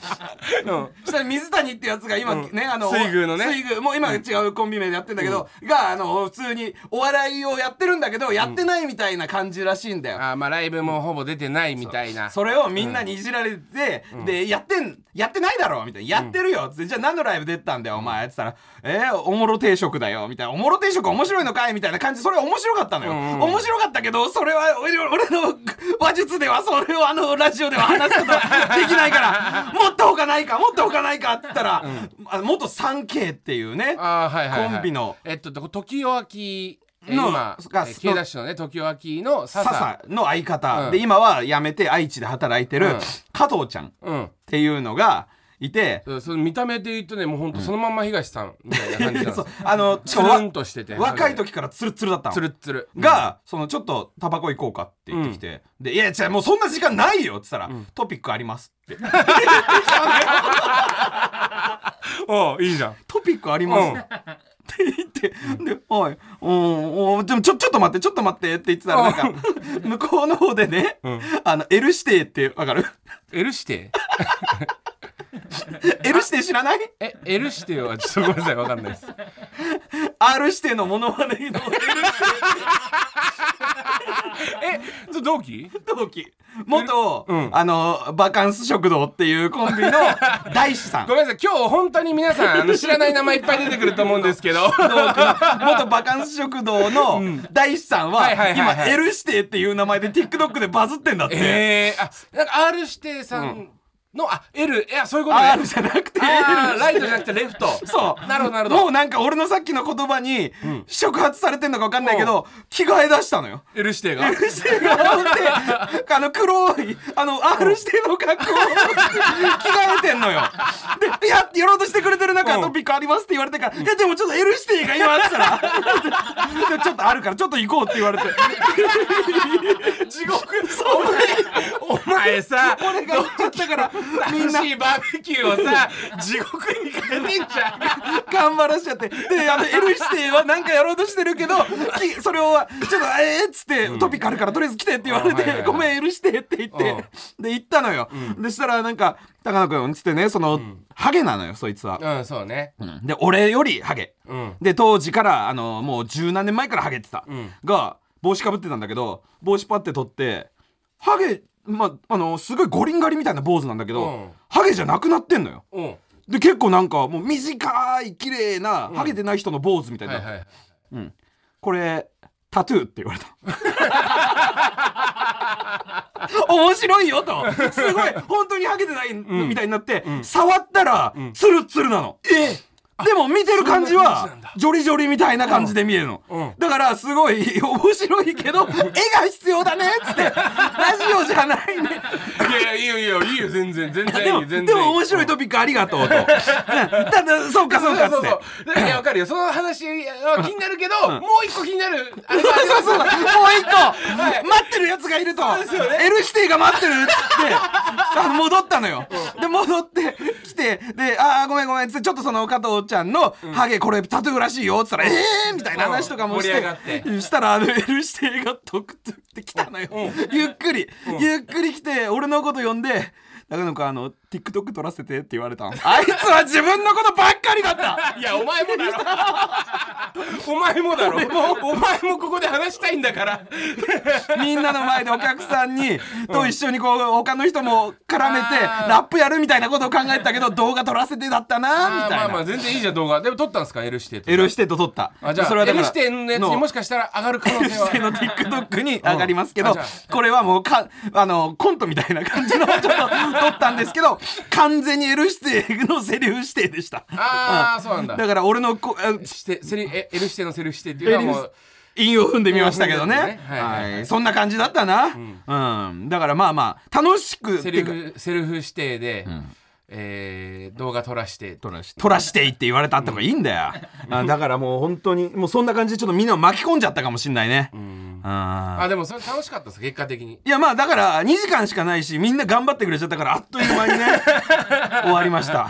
Speaker 2: そしたら水谷ってやつが今ね、
Speaker 1: うん
Speaker 2: あの
Speaker 1: 水宮のね
Speaker 2: 水宮もう今違うコンビ名でやってんだけど、があの普通にお笑いをやってるんだけどやってないみたいな感じらしいんだよ、
Speaker 1: あーまあ、ライブもほぼ出てないみたいな。
Speaker 2: それをみんなにいじられて、で、やってん、やってないだろみたいな。やってるよつって、じゃあ何のライブ出てたんだよ、お前。って言ったら、えー、おもろ定食だよみたいな。おもろ定食面白いのかいみたいな感じ。それ面白かったのよ。
Speaker 1: んうん
Speaker 2: 面白かったけど、それは、俺俺の話術では、それをあのラジオでは話すことはできな いから、もっと他ないか、もっと他ないかって言ったら、あの元 3K っていうね、
Speaker 1: あーはいはいはい
Speaker 2: コンビの。
Speaker 1: えっと、時を明き、えー
Speaker 2: の
Speaker 1: 今、え
Speaker 2: が
Speaker 1: ー K ダッシュのね、時を明きの笹。
Speaker 2: 笹の相方。
Speaker 1: うん
Speaker 2: で、今は辞めて愛知で働いてる、
Speaker 1: うん
Speaker 2: 加藤ちゃんっ
Speaker 1: うん。
Speaker 2: ていうのがいて、
Speaker 1: そうその見た目で言うとね、もう本当そのまんま東さんみたいな感じなんです
Speaker 2: そ
Speaker 1: よ
Speaker 2: う。あの
Speaker 1: つ
Speaker 2: ちょっとわ
Speaker 1: るんとしてて。
Speaker 2: 若い時からツルッツルだったの
Speaker 1: つるっつる。
Speaker 2: が、そのちょっとタバコ行こうかって言ってきて、で「いや違うもうそんな時間ないよ」っつったら、トピックあります」って
Speaker 1: おいいじゃん。
Speaker 2: トピックあります」
Speaker 1: うん
Speaker 2: って言って、で「おいうんうんでもちょちょっと待ってちょっと待って」って言ってたらなんか向こうの方でね、あの L 指定ってわ かる
Speaker 1: L 指定
Speaker 2: ?L 指定知らない
Speaker 1: え、L 指定はちょっとごめんなさい、わかんないです。
Speaker 2: ?R 指定のモノマネの L
Speaker 1: え、そ同期
Speaker 2: 同期元、
Speaker 1: うん
Speaker 2: あのバカンス食堂っていうコンビの大師さん
Speaker 1: ごめんなさい、今日本当に皆さん、あの知らない名前いっぱい出てくると思うんですけ ど。
Speaker 2: 元バカンス食堂の大師さんは
Speaker 1: はいはいはい
Speaker 2: 今
Speaker 1: はい
Speaker 2: L 指定っていう名前で TikTok でバズってんだって、
Speaker 1: ええあ、なんか R 指定さんの、あ、L、いや、そういうことね。
Speaker 2: R じゃなくて L
Speaker 1: あーライトじゃなくてレフト。
Speaker 2: そう
Speaker 1: なるほど、なるほ
Speaker 2: も
Speaker 1: ど。
Speaker 2: うなんか俺のさっきの言葉に触発されてんのか分かんないけど着替え出したのよ
Speaker 1: L 指定が。
Speaker 2: L 指定がってあの黒いあの R 指定の格好を着替えてんのよでややろうとしてくれてる
Speaker 1: う
Speaker 2: 中
Speaker 1: ん
Speaker 2: トピックありますって言われてから「いやでもちょっと L 指定が今あったらでちょっとあるからちょっと行こう」って言われて
Speaker 1: 地獄。
Speaker 2: そう
Speaker 1: お前さ、
Speaker 2: 俺が言っちゃったからみん
Speaker 1: 楽
Speaker 2: な
Speaker 1: しいバーベキューを さ、地獄に変えてんじゃん。
Speaker 2: 頑張らしちゃってであの L 指定はなんかやろうとしてるけどきそれを「ちょっとえーっ」つって、トピックあるからとりあえず来て」って言われ
Speaker 1: あはいはい
Speaker 2: て
Speaker 1: はい
Speaker 2: 「ごめん L 指定」って言ってで行ったのよ、でしたらなんか高野君っつってねその、ハゲなのよそいつは、
Speaker 1: うん、そうね。
Speaker 2: で俺よりハゲ
Speaker 1: うん。
Speaker 2: で当時からあのもう十何年前からハゲってた、
Speaker 1: ん
Speaker 2: が帽子かぶってたんだけど帽子パッて取ってハゲまああのすごい五輪狩りみたいな坊主なんだけど、
Speaker 1: うん
Speaker 2: ハゲじゃなくなってんのよ
Speaker 1: うん。
Speaker 2: で結構なんかもう短い綺麗な、ハゲてない人の坊主みたいな、
Speaker 1: はいはい。
Speaker 2: これタトゥーって言われた 面白いよとすごい本当にハゲてないみたいになって、触ったら、ツルッツルなのえでも見てる感じ
Speaker 1: そんな感じ
Speaker 2: は
Speaker 1: なんだ
Speaker 2: ジョリジョリみたいな感じで見えるの、
Speaker 1: うん
Speaker 2: だからすごい面白いけど絵が必要だねっつってラジオじゃないね
Speaker 1: いやいや、いいよ、いいよ、いいよ、全然、全
Speaker 2: で
Speaker 1: 然い
Speaker 2: も
Speaker 1: い、全然いい。
Speaker 2: でも面白いトピックありが とうとうんただそうかそうかっつ
Speaker 1: そ
Speaker 2: っ
Speaker 1: う
Speaker 2: て
Speaker 1: そうそう。いや、わかるよ。その話は気になるけど、もう一個気になる。あれがありま
Speaker 2: そうそうそう。もう一個、
Speaker 1: い
Speaker 2: 待ってるやつがいると。
Speaker 1: ですよ
Speaker 2: L 指定が待ってるっつって、あの戻ったのよ。で、戻ってきて、で、ああ、ごめんごめんっつって、ちょっとその加藤ちゃんの、ハゲこれタトゥーらしいよっつったら、ええーみたいな話とかもして、
Speaker 1: 盛り上がって
Speaker 2: したら、あの L 指定がトクトクって来たのよ。ゆっくり、ゆっくり来て、俺のこと呼んで、中野君あの TikTok 撮らせてって言われたのあいつは自分のことばっかりだった
Speaker 1: いや、お前もだろ。お前もだろ。お前もここで話したいんだから。
Speaker 2: みんなの前でお客さんに、と一緒にこう、他の人も絡めて、
Speaker 1: あー
Speaker 2: ラップやるみたいなことを考えてたけど、動画撮らせてだったな、
Speaker 1: あ
Speaker 2: み
Speaker 1: ー
Speaker 2: た
Speaker 1: まあ
Speaker 2: い
Speaker 1: まあ、
Speaker 2: な。
Speaker 1: 全然いいじゃん、動画。でも撮ったんですか、L 指定とか。
Speaker 2: L 指定と撮った。
Speaker 1: あ、じゃあ、
Speaker 2: それはだ
Speaker 1: L
Speaker 2: から
Speaker 1: 指定のやつにもしかしたら上がる可能性
Speaker 2: 指定
Speaker 1: は。
Speaker 2: の TikTok に上がりますけど、
Speaker 1: うんあじゃ
Speaker 2: これはもうか、あの、コントみたいな感じの、ちょっと撮ったんで すけど、完全に L 指定のセリフ指定でした。
Speaker 1: ああ、そうなんだ。
Speaker 2: だから俺のこ、あ
Speaker 1: してセリえ L 指定のセルフ指定っていうのはもう。
Speaker 2: 韻を踏んでみましたけどね。
Speaker 1: 韻を踏んでねはい
Speaker 2: は
Speaker 1: はい
Speaker 2: い。そんな感じだったな。うん。だからまあまあ、楽しく。
Speaker 1: セルフセルフ指定で、えー動画撮らして
Speaker 2: 取らして。取らしていって言われたとかいいんだよ。あだからもう本当に、もうそんな感じでちょっとみんなを巻き込んじゃったかもしんないね。うん。あ
Speaker 1: あでもそれ楽しかったです結果的に
Speaker 2: いやまあだから2時間しかないしみんな頑張ってくれちゃったからあっという間 にね終わりました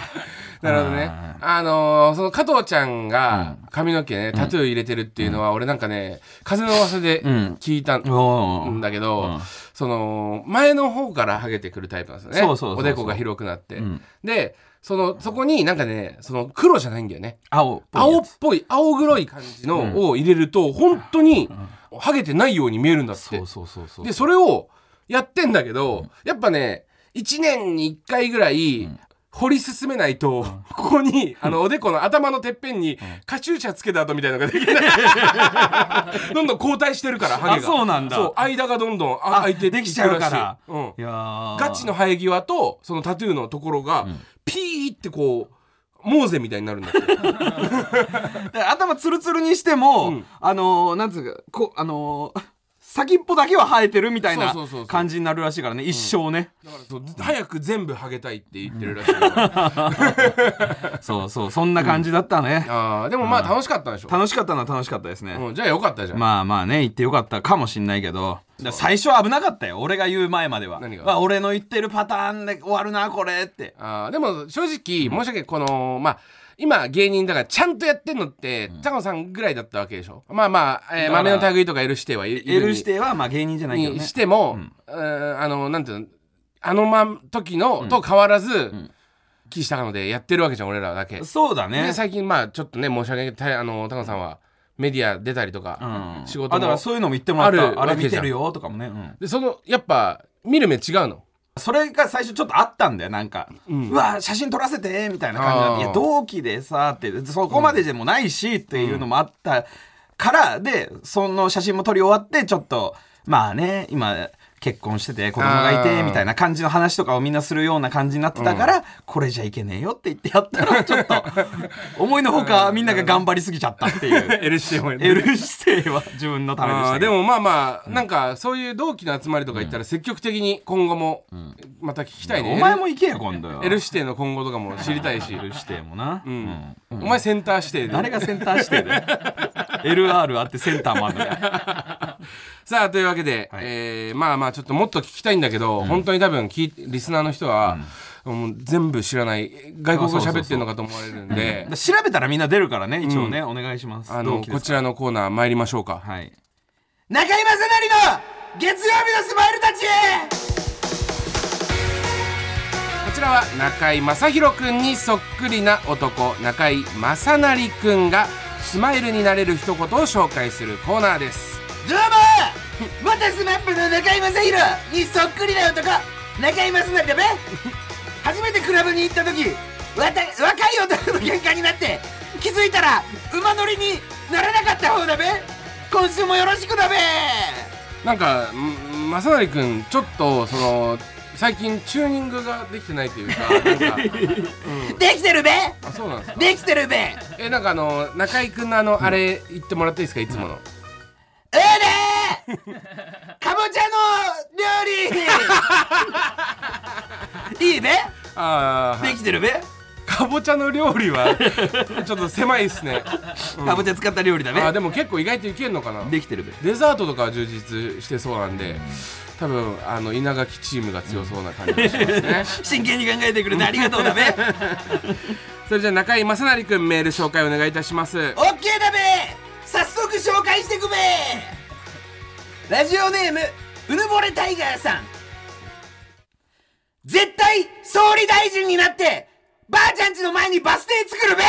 Speaker 1: なるほどね
Speaker 2: あ
Speaker 1: あのーその加藤ちゃんが髪の毛ねタトゥー入れてるっていうのは俺なんかね風の噂で
Speaker 2: うん
Speaker 1: 聞いたん
Speaker 2: おー
Speaker 1: んだけ
Speaker 2: うん
Speaker 1: どその前の方からハゲてくるタイプなんですよね
Speaker 2: そうそうそうそう
Speaker 1: おでこが広くなって
Speaker 2: ん
Speaker 1: でそのそこになんかねその黒じゃないんだよね
Speaker 2: 青っぽいやつ
Speaker 1: 青っぽい青黒い感じのを入れると本当にハゲてないように見えるんだって
Speaker 2: そうそうそうそう
Speaker 1: でそれをやってんだけど、やっぱね1年に1回ぐらい掘り進めないと、ここにあのおでこの頭のてっぺんに、カチューシャつけた後みたいなのができない どんどん後退してるからハゲが
Speaker 2: あそうなんだ
Speaker 1: そう間がどんどんあ
Speaker 2: あ
Speaker 1: 空いて
Speaker 2: できちゃうから
Speaker 1: いくしうん
Speaker 2: いやー
Speaker 1: ガチの生え際とそのタトゥーのところが、ピーってこうモーゼみたいになるんだ って
Speaker 2: だから頭ツルツルにしても、
Speaker 1: うん
Speaker 2: あのーなんつうかこあのー先っぽだけは生えてるみたい
Speaker 1: そ
Speaker 2: な
Speaker 1: うそうそうそう
Speaker 2: 感じになるらしいからね一生ね、
Speaker 1: だからそう早く全部ハゲたいって言ってるらしいから、
Speaker 2: そうそうそんな感じだったね、
Speaker 1: あーでもまあ楽しかったんでしょ、
Speaker 2: 楽しかったのは楽しかったですね、
Speaker 1: うん、じゃあよかったじゃん、
Speaker 2: まあまあね行ってよかったかもしんないけどだから最初は危なかったよ俺が言う前までは
Speaker 1: 何が
Speaker 2: まあ俺の言ってるパターンで終わるなこれって
Speaker 1: あーでも正直申し訳ないこのまあ今芸人だからちゃんとやってんのって高野さんぐらいだったわけでしょまあまあ、えー
Speaker 2: だから
Speaker 1: 豆の類とか L 指定はいいる
Speaker 2: L
Speaker 1: に
Speaker 2: 指定はまあ芸人じゃないけど
Speaker 1: に
Speaker 2: ね
Speaker 1: しても、うーんあのなんていうのあのまん時の、と変わらず、岸高野でやってるわけじゃん俺らだけ、
Speaker 2: そうだね
Speaker 1: で最近まあちょっとね申し訳ないたあの高野さんはメディア出たりとか、
Speaker 2: うん
Speaker 1: 仕事
Speaker 2: あだか
Speaker 1: も
Speaker 2: らそういうのも言ってもらったあ
Speaker 1: あるわけじゃん
Speaker 2: れ見てるよとかもね、うん
Speaker 1: でそのやっぱ見る目違う の
Speaker 2: それが最初ちょっとあったんだよなんか、うわ写真撮らせてみたいな感じな
Speaker 1: あ
Speaker 2: ん
Speaker 1: ー
Speaker 2: でいや同期でさってでそこまででもないし、っていうのもあったからでその写真も撮り終わってちょっとまあね今結婚してて子供がい
Speaker 1: あ
Speaker 2: て
Speaker 1: ー
Speaker 2: みたいな感じの話とかをみんなするような感じになってたから、これじゃいけねえよって言ってやったらちょっと思いのほかみんなが頑張りすぎちゃったっ ていう。
Speaker 1: L 指定もや
Speaker 2: L 指定は自分のためでした
Speaker 1: あー
Speaker 2: け
Speaker 1: で
Speaker 2: ど
Speaker 1: もまあまあ、なんかそういう同期の集まりとか行ったら積極的に今後もまた聞きたいね、
Speaker 2: お前も行けよ今度よ
Speaker 1: L 指定の今後とかも知りたいし、
Speaker 2: L 指定もな、
Speaker 1: う
Speaker 2: うん
Speaker 1: お前センター指定で
Speaker 2: 誰がセンター指定で LR あってセンターもあるのね
Speaker 1: さあというわけで、えーまあまあちょっともっと聞きたいんだけど、本当に多分聞いリスナーの人は、もう全部知らない外国語喋ってるのかと思われるんで
Speaker 2: 調べたらみんな出るからね一応ね、お願いします
Speaker 1: あ
Speaker 2: 同
Speaker 1: の
Speaker 2: 期で
Speaker 1: こ
Speaker 2: す
Speaker 1: ちらのコーナー参りましょうか
Speaker 2: はい中居正成の月曜日のスマイルたち
Speaker 1: こちらは中井正広くんにそっくりな男中井正成くんがスマイルになれる一言を紹介するコーナーです
Speaker 3: どうもまたスマップの中居正広にそっくりな男中居正成だべ初めてクラブに行った時わた若い男と喧嘩になって気づいたら馬乗りにならなかった方だべ今週もよろしくだべ
Speaker 1: なんかん正成くんちょっとその最近チューニングができてないというかなんか
Speaker 3: できてるべ
Speaker 1: あそうなんですか
Speaker 3: できてるべえ
Speaker 1: えなんかあの中居くんのあの、あれ言ってもらっていいですかいつもの
Speaker 3: えねかぼちゃの料理 いいべ
Speaker 1: ああ
Speaker 2: できてるべ
Speaker 1: かぼちゃの料 理はちょっと狭いですね
Speaker 2: かぼちゃ使った料理だ
Speaker 1: あ
Speaker 2: べ
Speaker 1: でも結構意外といけるのかな
Speaker 2: できてるべ
Speaker 1: デザートとかは充実してそうなんで多分あの稲垣チームが強そうな感じがします ね
Speaker 2: 真剣に考えてくれてありがと うだべ
Speaker 1: それじゃあ中井正成くんメール紹介お願いいたします
Speaker 3: オッケーだべ早速紹介してくべラジオネームうぬぼれタイガーさん絶対総理大臣になってばあちゃんちの前にバス停作るべ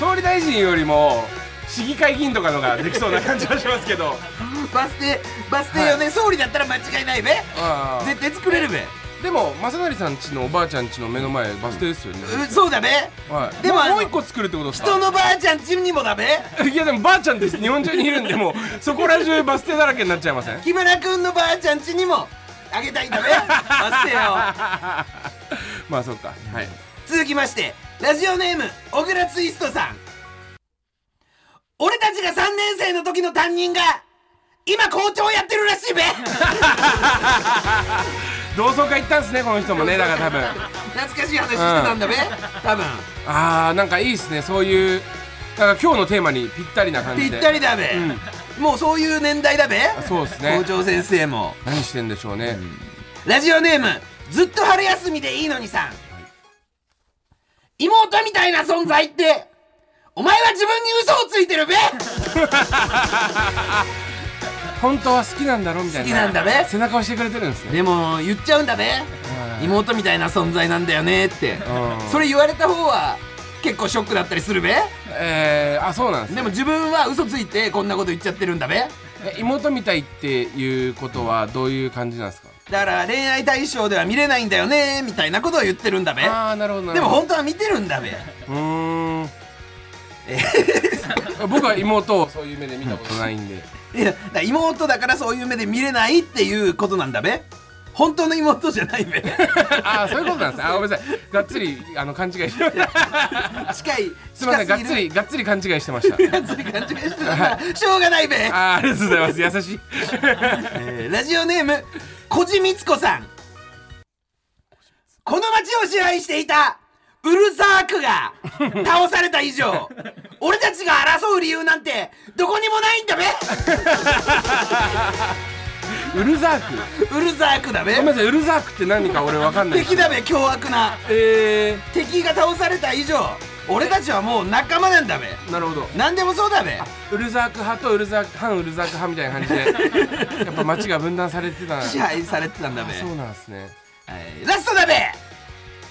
Speaker 1: 総理大臣よりも市議会議員とかのができそうな感じはしますけど
Speaker 3: バス停バス停よね、総理だったら間違いないべ
Speaker 1: あー
Speaker 3: 絶対作れるべ
Speaker 1: でも正成さんちのおばあちゃんちの目の前バス停ですよね、
Speaker 3: うそうだべ
Speaker 1: はい、で
Speaker 3: で
Speaker 1: も
Speaker 3: もあ
Speaker 1: も
Speaker 3: の
Speaker 1: う一個作るってことですか
Speaker 3: 人のばあちゃんちにもだべ
Speaker 1: いやでもばあちゃんです日本中にいるんで もうそこら中バス停だらけになっちゃいません
Speaker 3: 木村君のばあちゃんちにもあげたいだ べバス停を
Speaker 1: まあそうかはい
Speaker 3: 続きましてラジオネーム小倉ツイストさん俺たちが3年生の時の担任が今校長やってるらしい べ
Speaker 1: 同窓会行ったんですねこの人もねだから多分
Speaker 3: 懐かしい話してたんだべ、多分
Speaker 1: あーなんかいいっすねそういうなんか今日のテーマにぴったりな感
Speaker 3: ぴ
Speaker 1: じ
Speaker 3: っ
Speaker 1: で
Speaker 3: たりだべ、
Speaker 1: うん
Speaker 4: もうそういう年代だべ
Speaker 1: そうです
Speaker 4: 校
Speaker 1: ね
Speaker 4: 長先生も
Speaker 1: 何してんでしょうね、
Speaker 2: ラジオネームずっと春休みでいいのにさん妹みたいな存在ってお前は自分に嘘をついてるべ
Speaker 1: 本当は好きなんだろみたいな
Speaker 2: 好きなんだね
Speaker 1: 背中押してくれてるんですね
Speaker 2: でも言っちゃうんだべ
Speaker 1: はい
Speaker 2: 妹みたいな存在なんだよねって
Speaker 1: うん
Speaker 2: それ言われた方は結構ショックだったりするべ
Speaker 1: えー、あそうなんですね
Speaker 2: でも自分は嘘ついてこんなこと言っちゃってるんだべ
Speaker 1: え妹みたいっていうことはどういう感じなんですか
Speaker 2: だから恋愛対象では見れないんだよねみたいなことを言ってるんだべ
Speaker 1: ああなるほどな
Speaker 2: で
Speaker 1: る
Speaker 2: も
Speaker 1: ほど
Speaker 2: 本当は見てるんだべ
Speaker 1: でもう ーん僕は妹をそういう目で見たことない んで
Speaker 2: いやだから妹だからそういう目で見れないっていうことなんだべ本当の妹じゃな いべ
Speaker 1: ああそういうことなんですねあーごめんなさいがっつりあの勘違い して
Speaker 2: 近い
Speaker 1: すみませんが
Speaker 2: 近
Speaker 1: っつ
Speaker 2: ぎる
Speaker 1: りがっつり勘違いしてました
Speaker 2: がっつり勘違いしてたからしょうがないべ、
Speaker 1: あーありがとうございます優 しい
Speaker 2: えーラジオネーム小路光子さんこの町を支配していたウルザークが倒された 以上俺たちが争う理由なんてどこにもないんだべ
Speaker 1: ウルザーク
Speaker 2: ウルザークだべ
Speaker 1: ごめんなさいウルザークって何か俺わかんないです
Speaker 2: 敵だべ凶悪な
Speaker 1: え
Speaker 2: 敵が倒された以上俺たちはもう仲間なんだべ
Speaker 1: ー、なるほど
Speaker 2: 何でもそうだべ
Speaker 1: ウルザーク派とウルザーク反ウルザーク派みたいな感 じでやっぱ街が分断されてた
Speaker 2: 支
Speaker 1: あ
Speaker 2: 配されてたんだべ、
Speaker 1: そうなんですね
Speaker 2: はいラストだべ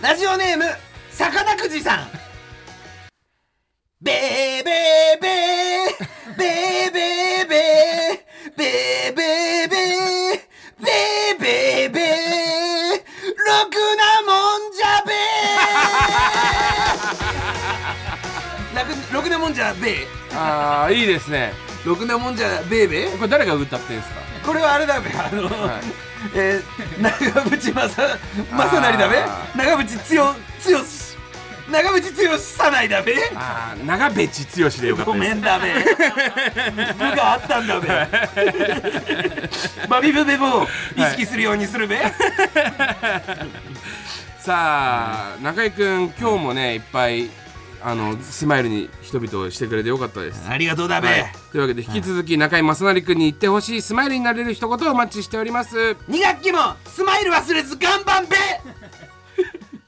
Speaker 2: ラジオネーム魚くじさんべーべーべーべーべーべーべーべーべーべーべーべーろくなもんじ ゃべーろくろくなもんじゃべー
Speaker 1: ああいいですね
Speaker 2: ろくなもんじゃべーべー
Speaker 1: これ誰が歌ってんですか
Speaker 2: これはあれだべあの、
Speaker 1: はい
Speaker 2: えー長渕正正成だべ
Speaker 1: あ
Speaker 2: 長渕剛剛し長渕剛さないだべ
Speaker 1: ああ長渕剛でよかった
Speaker 2: ご
Speaker 1: です
Speaker 2: めんだべ部があったんだべバビブベボを意識するようにするべ、
Speaker 1: さあ中居君今日もねいっぱいあのスマイルに人々をしてくれてよかったです、
Speaker 2: ありがとうだべ、
Speaker 1: はいというわけで引き続き中居正成君に言ってほしいスマイルになれる一言をお待ちしております
Speaker 2: 2学期もスマイル忘れず頑張んべ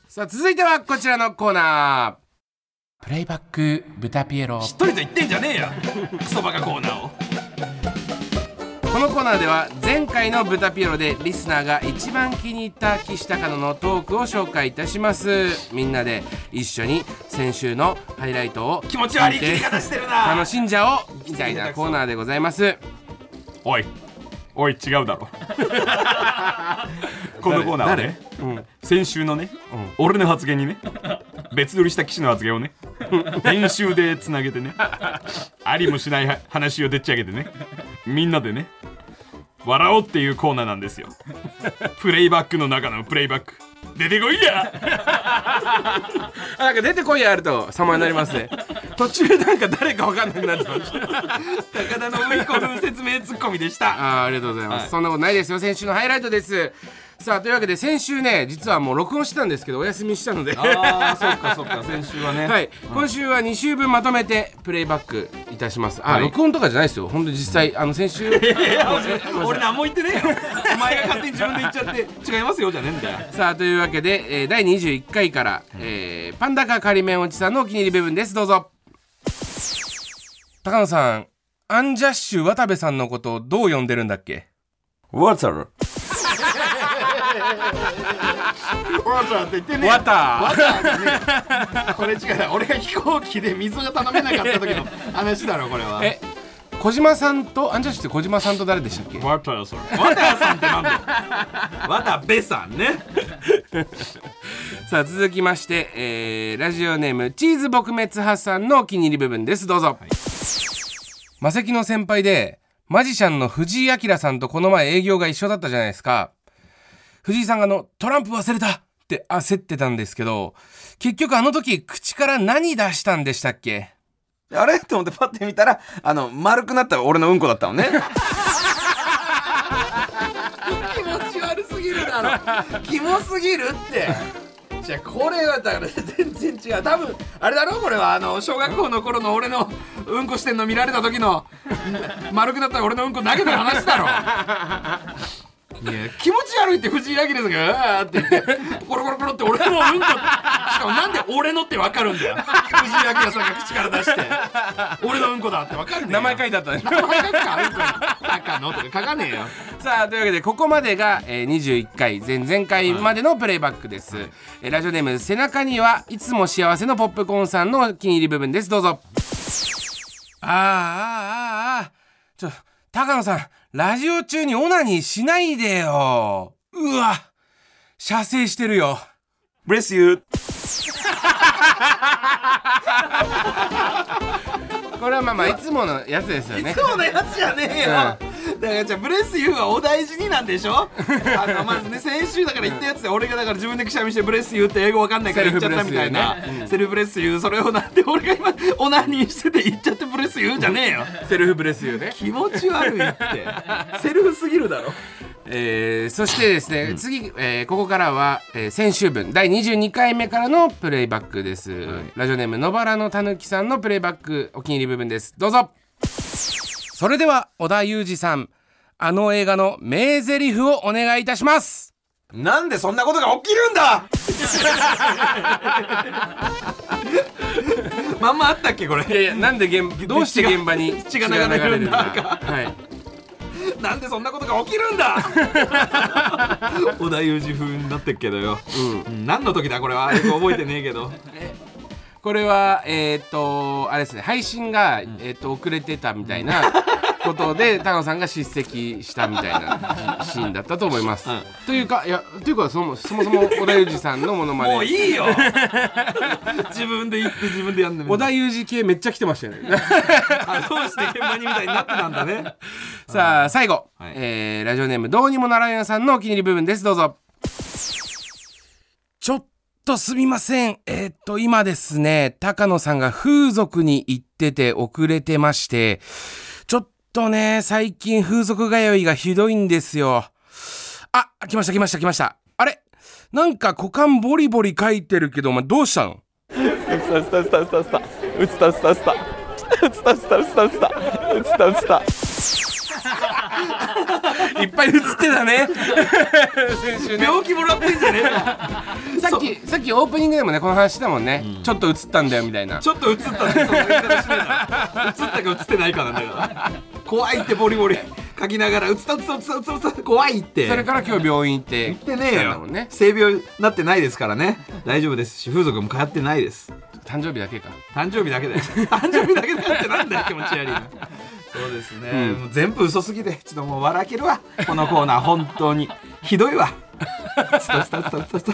Speaker 1: さあ続いてはこちらのコーナープレイバック豚ピエロ
Speaker 2: 一人と言ってんじゃねえよクソバカコーナーを
Speaker 1: このコーナーでは前回の「ブタピエロ」でリスナーが一番気に入った岸高野のトークを紹介いたしますみんなで一緒に先週のハイライトを
Speaker 2: 気持ち悪い切
Speaker 1: 聞
Speaker 2: り
Speaker 1: いて
Speaker 2: 方してるな
Speaker 1: 楽しんじゃおうみたいなコーナーでございます
Speaker 4: おいおい違う だろこのコーナーはね、先週のね、俺の発言にね別撮りした騎士の発言を ね編集でつなげてねありもしないは話をでっち上げてねみんなでね笑おうっていうコーナーなんですよプレイバックの中のプレイバック出てこいや
Speaker 1: あなんか出てこいやあると様になりますね途中なんか誰か分かんなくなってました
Speaker 4: 高田信彦風説明ツッコミでした
Speaker 1: あーありがとうございます、そんなことないですよ先週のハイライトですさあというわけで先週ね実はもう録音してたんですけどお休みしたので
Speaker 4: ああそっかそっか先週はね
Speaker 1: はい、今週は2週分まとめてプレイバックいたします。あ、
Speaker 4: はい
Speaker 1: 録音とかじゃないですよ。本当に実際、あの先 週。
Speaker 4: 俺何も言ってねえよお前が勝手に自分で言っちゃって違いますよじゃねえんだよ
Speaker 1: さあ、というわけで、えー第21回から、えーパンダか仮面おじさんのお気に入り部分です。どうぞ。高野さん、アンジャッシュ渡部さんのことをどう呼んでるんだっけ。
Speaker 4: ワーター
Speaker 2: わざわざ言ってねえ
Speaker 1: わた。
Speaker 2: これ違うな俺が飛行機で水が頼めなかった 時の話だろこれは
Speaker 1: え、小島さんと、アンジャッシュって小島さんと誰でしたっけ。
Speaker 4: ワーターそれワターさんってなんだよワタベさんね
Speaker 1: さあ、続きまして、えーラジオネームチーズ撲滅派さんのお気に入り部分です。どうぞ。マセキの先輩で、マジシャンの藤井明さんとこの前営業が一緒だったじゃないですか。藤井さんがあの、トランプ忘れたって焦ってたんですけど、結局あの時、口から何出したんでしたっけ
Speaker 4: あれと思ってパッて見たらあの丸くなった俺のうんこだったのね
Speaker 2: 気持ち悪すぎる だろキモすぎるってじゃあこれはだから全然違う多分あれだろこれはあの小学校の頃の俺のうんこしてんの見られた時の丸くなったら俺のうんこ投げた話だろ いや気持ち悪いって藤井明ですが「うわーって言ってコロコロコロって俺のうんこしかもなんで俺のって分かるんだよ藤井明さんが口から出して俺のうんこだって分かるんだよ
Speaker 1: 名前書いてあったね
Speaker 2: 名前書くかうんこに高野とか書かねえよ
Speaker 1: さあというわけでここまでが、えー21回前々回までのプレイバックです、えーラジオネーム背中にはいつも幸せのポップコーンさんのお気に入り部分ですどうぞあーあーあーあーちょ高野さんラジオ中にオナニーしないでようわ射精してるよ
Speaker 2: Bless you
Speaker 1: これはまあまあいつものやつですよね
Speaker 2: そうなやつじゃねえよ、だからじゃあブレスユーはお大事になんでし ょあのまずね先週だから言ったやつで俺がだから自分でくしゃみしてブレスユーって英語わかんないから言っちゃったみたいなセルフブレスユーそれをなんで俺が今オナニーしてて言っちゃってブレスユーじゃねえ よ
Speaker 1: セルフブレスよね
Speaker 2: 気持ち悪いってセルフすぎるだろ
Speaker 1: えーそしてですね、次、えーここからは、えー先週分第22回目からのプレイバックです、ラジオネーム野原のたぬきさんのプレイバックお気に入り部分ですどうぞそれでは織田裕二さんあの映画の名台詞をお願いいたします
Speaker 2: なんでそんなことが起きるんだ まんまあったっけこれ
Speaker 1: いやいやなんで現どうして現場に
Speaker 2: 血が流れるんだ
Speaker 1: 血が流れるんだ
Speaker 2: なんでそんなことが起きるんだ織田裕二風になってっけどよ、うん、何の時だこれはよく覚えてねえけど
Speaker 1: はいこれはえーっとあれですね配信が、えーっと遅れてたみたい なことで高野さんが叱責したみたいなシーンだったと思います、というかいやというかそもそもそも織田裕二さんのものま
Speaker 2: もう
Speaker 1: ね
Speaker 2: いいよ自分で言って自分でやんね
Speaker 1: 織田裕二系めっちゃ来てましたよね
Speaker 2: あどうして現場にみたいになってたんだね
Speaker 1: さあ最後、
Speaker 2: はい
Speaker 1: えーラジオネームどうにもならんやさんのお気に入り部分ですどうぞちょっとすみませんえーっと今ですね高野さんが風俗に行ってて遅れてましてちょっとね最近風俗通いがひどいんですよあ来ました来ました来ましたあれなんか股間ボリボリ書いてるけどお前どうしたのいっぱい映ってた ね先週ね
Speaker 2: 病気もらってんじゃねえか
Speaker 1: さっきさっきオープニングでもねこの話したもんね、ちょっと映ったんだよみたいな
Speaker 2: ちょっと映ったねその言い方しねえな映ったか映ってないかなんだから怖いってボリボリ書きながら映った映った映った映った映った怖いって
Speaker 1: それから今日病院行って
Speaker 2: 言ってね
Speaker 1: 来
Speaker 2: え
Speaker 1: たんだ
Speaker 2: よ、
Speaker 1: もんね
Speaker 2: 性病になってないですからね大丈夫ですし風俗も通ってないです
Speaker 1: 誕生日だけか
Speaker 2: 誕生日だけだよ 誕生日だけだよってなんだよ気持ち悪いなそうですね、もう全部嘘すぎてちょっともう笑けるわこのコーナー本当にひどいわスタスタスタスタスタ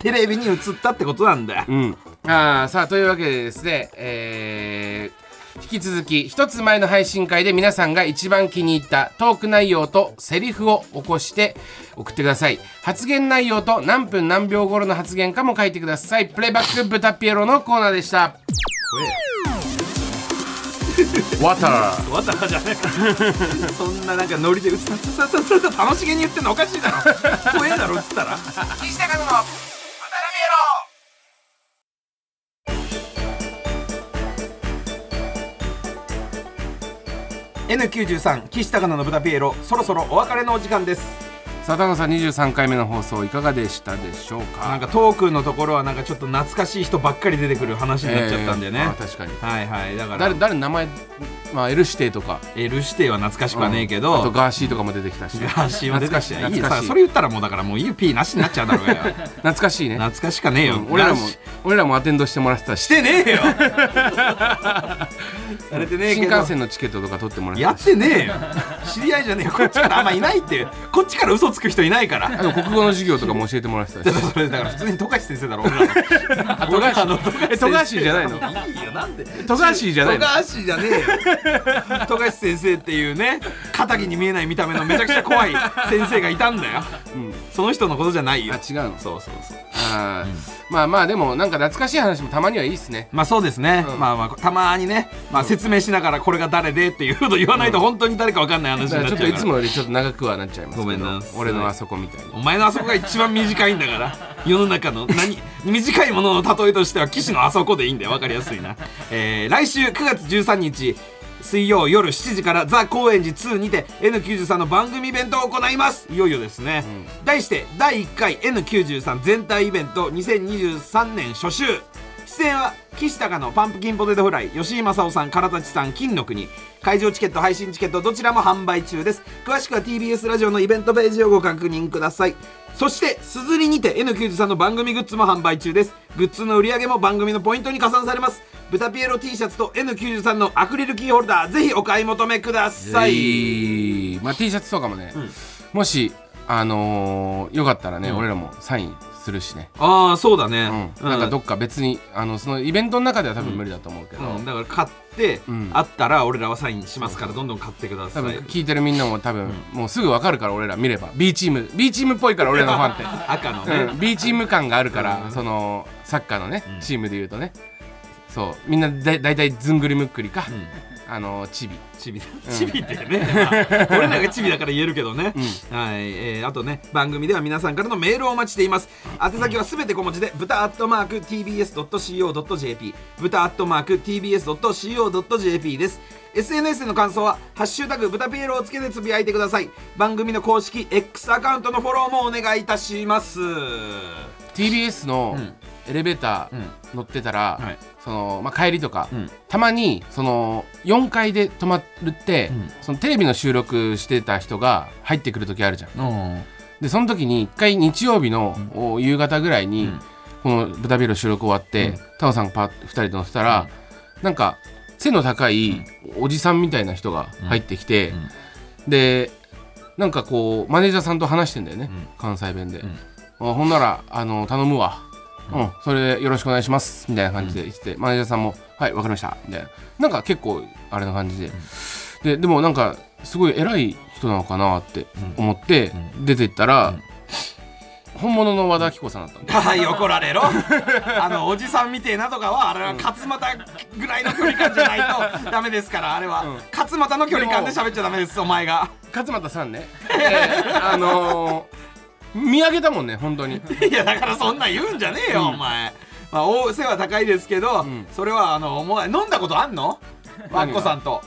Speaker 2: テレビに映ったってことなんだよ
Speaker 1: うんあーさあというわけでですねえー引き続き一つ前の配信会で皆さんが一番気に入ったトーク内容とセリフを起こして送ってください発言内容と何分何秒頃の発言かも書いてくださいプレイバック豚ピエロのコーナーで したワター
Speaker 2: わたわじゃねえそんななんかノリで映った映った映った映った楽しげに言ってんのおかしいだろ怖えだろ映ったら
Speaker 1: 岸高野の
Speaker 2: N93 岸高野の豚ピエロそろそろお別れのお時間です
Speaker 1: さあ高野さん23回目の放送いかがでしたでしょうか
Speaker 2: なんかトークのところはなんかちょっと懐かしい人ばっかり出てくる話になっちゃったんだよね、
Speaker 1: えーあ確かに
Speaker 2: はいはいだから
Speaker 1: 誰誰名前まあ L 指定とか
Speaker 2: L 指定は懐かしくはねえけど、
Speaker 1: あとガーシーとかも出てきたし
Speaker 2: ガーシーは出てきていい
Speaker 1: 懐
Speaker 2: よ
Speaker 1: か
Speaker 2: さ
Speaker 1: しい
Speaker 2: それ言ったらもうだからもう UP なしになっちゃうだろうがよ
Speaker 1: 懐かしいね
Speaker 2: 懐かしかねえよ、
Speaker 1: 俺らも
Speaker 2: ガーシー
Speaker 1: 俺らもアテンドしてもらってたし
Speaker 2: してねえ よされてねえ
Speaker 1: 新
Speaker 2: けど
Speaker 1: 幹線のチケットとか取ってもらって
Speaker 2: や
Speaker 1: た
Speaker 2: っ
Speaker 1: して
Speaker 2: ねえよ知り合いじゃねえよこっちからあんまいないってこっちから嘘つく人いない から
Speaker 1: あと国語の授業とかも教えてもらってたし
Speaker 2: それだから普通に富樫先生だろ俺ら
Speaker 1: あ富樫え富樫じゃないの
Speaker 2: いいよなんで
Speaker 1: 富樫じゃないの
Speaker 2: 富樫じゃねえよ富樫先生っていうね肩着に見えない見た目のめちゃくちゃ怖い先生がいたんだよ、その人のことじゃないよ
Speaker 1: あ違うの
Speaker 2: そうそうそう
Speaker 1: あーまあまあでもなんか懐かしい話もたまにはいいですね
Speaker 2: まあそうですね、
Speaker 1: うん
Speaker 2: まあまあたまにね、まあ、説明しながらこれが誰でっていうこと言わないと本当に誰かわかんない話
Speaker 1: だ
Speaker 2: に
Speaker 1: か
Speaker 2: なっ
Speaker 1: ら
Speaker 2: ち
Speaker 1: ちょっ
Speaker 2: ゃうか
Speaker 1: と
Speaker 2: ら
Speaker 1: いつもよりちょっと長くはなっちゃいますけ
Speaker 2: ごめん
Speaker 1: ど
Speaker 2: な
Speaker 1: 俺のあそこみたいに
Speaker 2: お前のあそこが一番短いんだから世の中の何 短いものの例えとしては騎士のあそこでいいんだよ分かりやすいな、えー来週9月13日水曜夜7時から「ザ・高円寺2」にて N93 の番組イベントを行いますいよいよですね、題して第1回 N93 全体イベント2023年初週出演は岸高のパンプキンポテトフライ吉井正夫さん唐立さん金の国会場チケット配信チケットどちらも販売中です詳しくは TBS ラジオのイベントページをご確認くださいそしてすずりにて N93 の番組グッズも販売中ですグッズの売り上げも番組のポイントに加算されます豚ピエロ T シャツと N93 のアクリルキーホルダーぜひお買い求めください、
Speaker 1: いまあ T シャツとかもね、もしあのーよかったらね、俺らもサインするしね、
Speaker 2: ああそうだね、
Speaker 1: うん、なんかどっか別にあのそのイベントの中では多分無理だと思うけど、
Speaker 2: うんだから買って、
Speaker 1: ん
Speaker 2: あったら俺らはサインしますからどんどん買ってくださ
Speaker 1: 多
Speaker 2: い
Speaker 1: 分聞いてるみんなも多分、もうすぐわかるから俺ら見れば B チーム B チームっぽいから俺らのファンって。
Speaker 2: 赤のね、
Speaker 1: うん、B チーム感があるから、
Speaker 2: うん
Speaker 1: そのサッカーのね、チームでいうとねそうみんなだ大体ずんぐりむっくりか、あのチビ
Speaker 2: チビチビってね、まあ俺らがチビだから言えるけどね、はい、えーあとね番組では皆さんからのメールをお待ちしています宛先はすべて小文字で豚アットマーク TBS.CO.JP 豚アットマーク TBS.CO.JP です SNS での感想は「ハッシュタグ豚ピエロ」をつけてつぶやいてください番組の公式 X アカウントのフォローもお願いいたします
Speaker 1: TBS のエレベーター乗ってたら、
Speaker 2: はい
Speaker 1: そのまあ、帰りとか、
Speaker 2: うん
Speaker 1: たまにその4階で止まるって、
Speaker 2: ん
Speaker 1: そのテレビの収録してた人が入ってくる時あるじゃん
Speaker 2: うん
Speaker 1: でその時に1回日曜日の、お夕方ぐらいに、
Speaker 2: うん
Speaker 1: この「豚ビール」収録終わって、タオさんがパッ2人と乗ってたら、なんか背の高いおじさんみたいな人が入ってきて、でなんかこうマネージャーさんと話してんだよね、
Speaker 2: うん
Speaker 1: 関西弁で、
Speaker 2: ん
Speaker 1: あほんならあの頼むわ、うんそれでよろしくお願いしますみたいな感じで言ってて、マネージャーさんも「はいわかりました」みたいななんか結構あれな感じで、ででもなんかすごい偉い人なのかなって思って出てったら、本物の和田アキ子さんだったんだ
Speaker 2: はい怒られろあのおじさんみてえなとかはあれは勝俣ぐらいの距離感じゃない とダメですからあれは、
Speaker 1: うん
Speaker 2: 勝俣の距離感で喋っちゃダメですお前が
Speaker 1: 勝俣さんね、えーあのー見上げたもんね本当に
Speaker 2: いやだからそんなん言うんじゃねえよ、お前まあお背は高いですけど、
Speaker 1: ん
Speaker 2: それはあのお前飲んだことあんのわっこさんと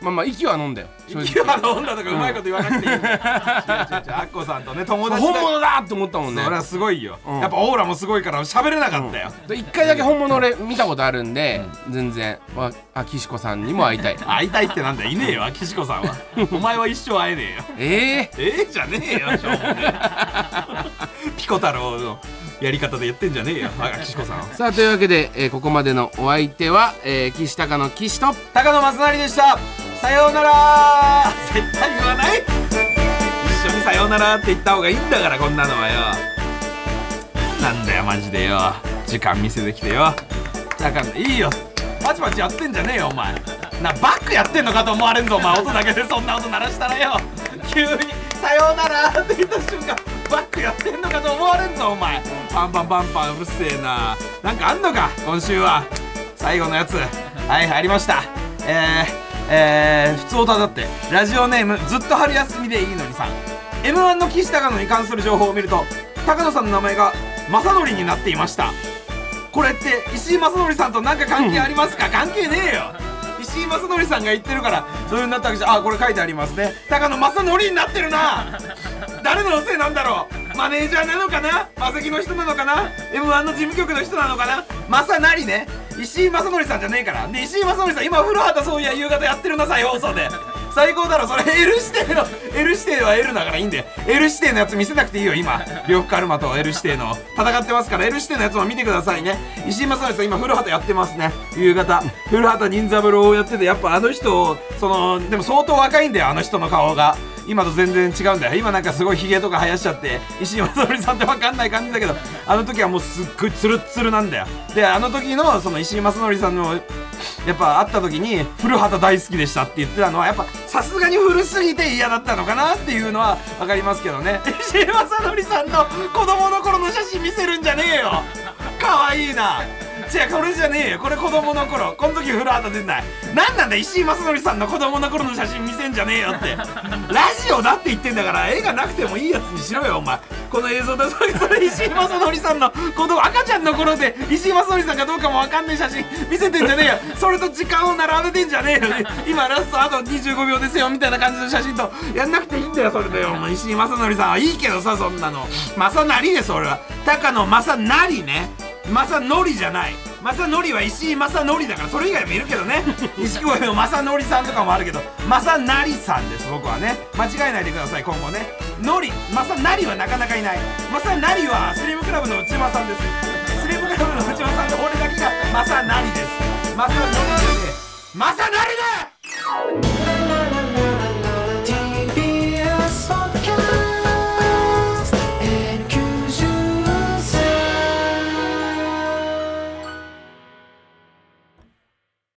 Speaker 1: まあまあ息は飲んだよ正直
Speaker 2: 息は飲んだとかうまいこと言わなくていい んだよ違う違う違うあっこさんとね友達
Speaker 1: 本
Speaker 2: だ
Speaker 1: 物だって思ったもんね
Speaker 2: それはすごいよ、
Speaker 1: うん
Speaker 2: やっぱオーラもすごいから喋れなかったよ、
Speaker 1: で一回だけ本物俺見たことあるんで、全然わあ岸子さんにも会いたい
Speaker 2: 会いたいってなんだよいねえよ岸子 さんはお前は一生会えねえよ
Speaker 1: え
Speaker 2: ええじゃねえよしょうもねえピコ太郎のやり方でやってんじゃねえよ岸子さん
Speaker 1: ー、さあというわけで、えーここまでのお相手は、えー、岸高の岸と
Speaker 2: 高野正成でしたさようなら絶対言わない一緒にさようならって言った方がいいんだからこんなのはよなんだよマジでよ時間見せてきてよだからいいよパチパチやってんじゃねえよお前なバックやってんのかと思われんぞお前音だけでそんな音鳴らしたらよ急に「さようなら」って言った瞬間バックやってんのかと思われんぞお前パンパンパンパンうるせえななんかあんのか今週は最後のやつはい入りましたえーえー、普通歌だってラジオネームずっと春休みでいいのにさん m 1の岸高野に関する情報を見ると高野さんの名前が正則になっていましたこれって石井正則さんと何か関係ありますか関係ねえよ石井正則さんが言ってるからそういうになったわけじゃあこれ書いてありますね高野正則になってるな誰のせいなんだろうマネージャーなのかなマセキの人なのかな m 1の事務局の人なのかな正成ね石井正則さんじゃねえからで石井正則さん今古畑そういや夕方やってるな再放送で最高だろそれ L 指定の L 指定は L だからいいんで L 指定のやつ見せなくていいよ今呂布カルマと L 指定の戦ってますから L 指定のやつも見てくださいね石井正則さん今古畑やってますね夕方古畑任三郎をやっててやっぱあの人をそのでも相当若いんだよあの人の顔が今と全然違うんだよ今なんかすごいヒゲとか生やしちゃって石井正則さんって分かんない感じだけどあの時はもうすっごいツルッツルなんだよであの時のその石井正則さんのやっぱ会った時に古畑大好きでしたって言ってたのはやっぱさすがに古すぎて嫌だったのかなっていうのは分かりますけどね 石井正則さんの子供の頃の写真見せるんじゃねえよ可愛いな違うこれじゃねえよこれ子供の頃この時古畑出てない何なんだ石井正則さんの子供の頃の写真見せんじゃねえよ ってラジオだって言ってんだから絵がなくてもいいやつにしろよお前この映像だそれそれ石井正則さんの子供赤ちゃんの頃で石井正則さんかどうかも分かんない写真見せてんじゃねえよそれと時間を並べてんじゃねえよ今ラストあと25秒ですよみたいな感じの写真とやんなくていいんだよそれでよお前石井正則さんはいいけどさそんなの正成です俺は高野正成ね正則じゃない正則は石井正則だからそれ以外もいるけど ね錦鯉の正則さんとかもあるけど正成さんです僕はね間違えないでください今後ね則正成はなかなかいない正成はスリムクラブの内間さんですスリムクラブの内間さんと俺だけが正成です正成で正成だ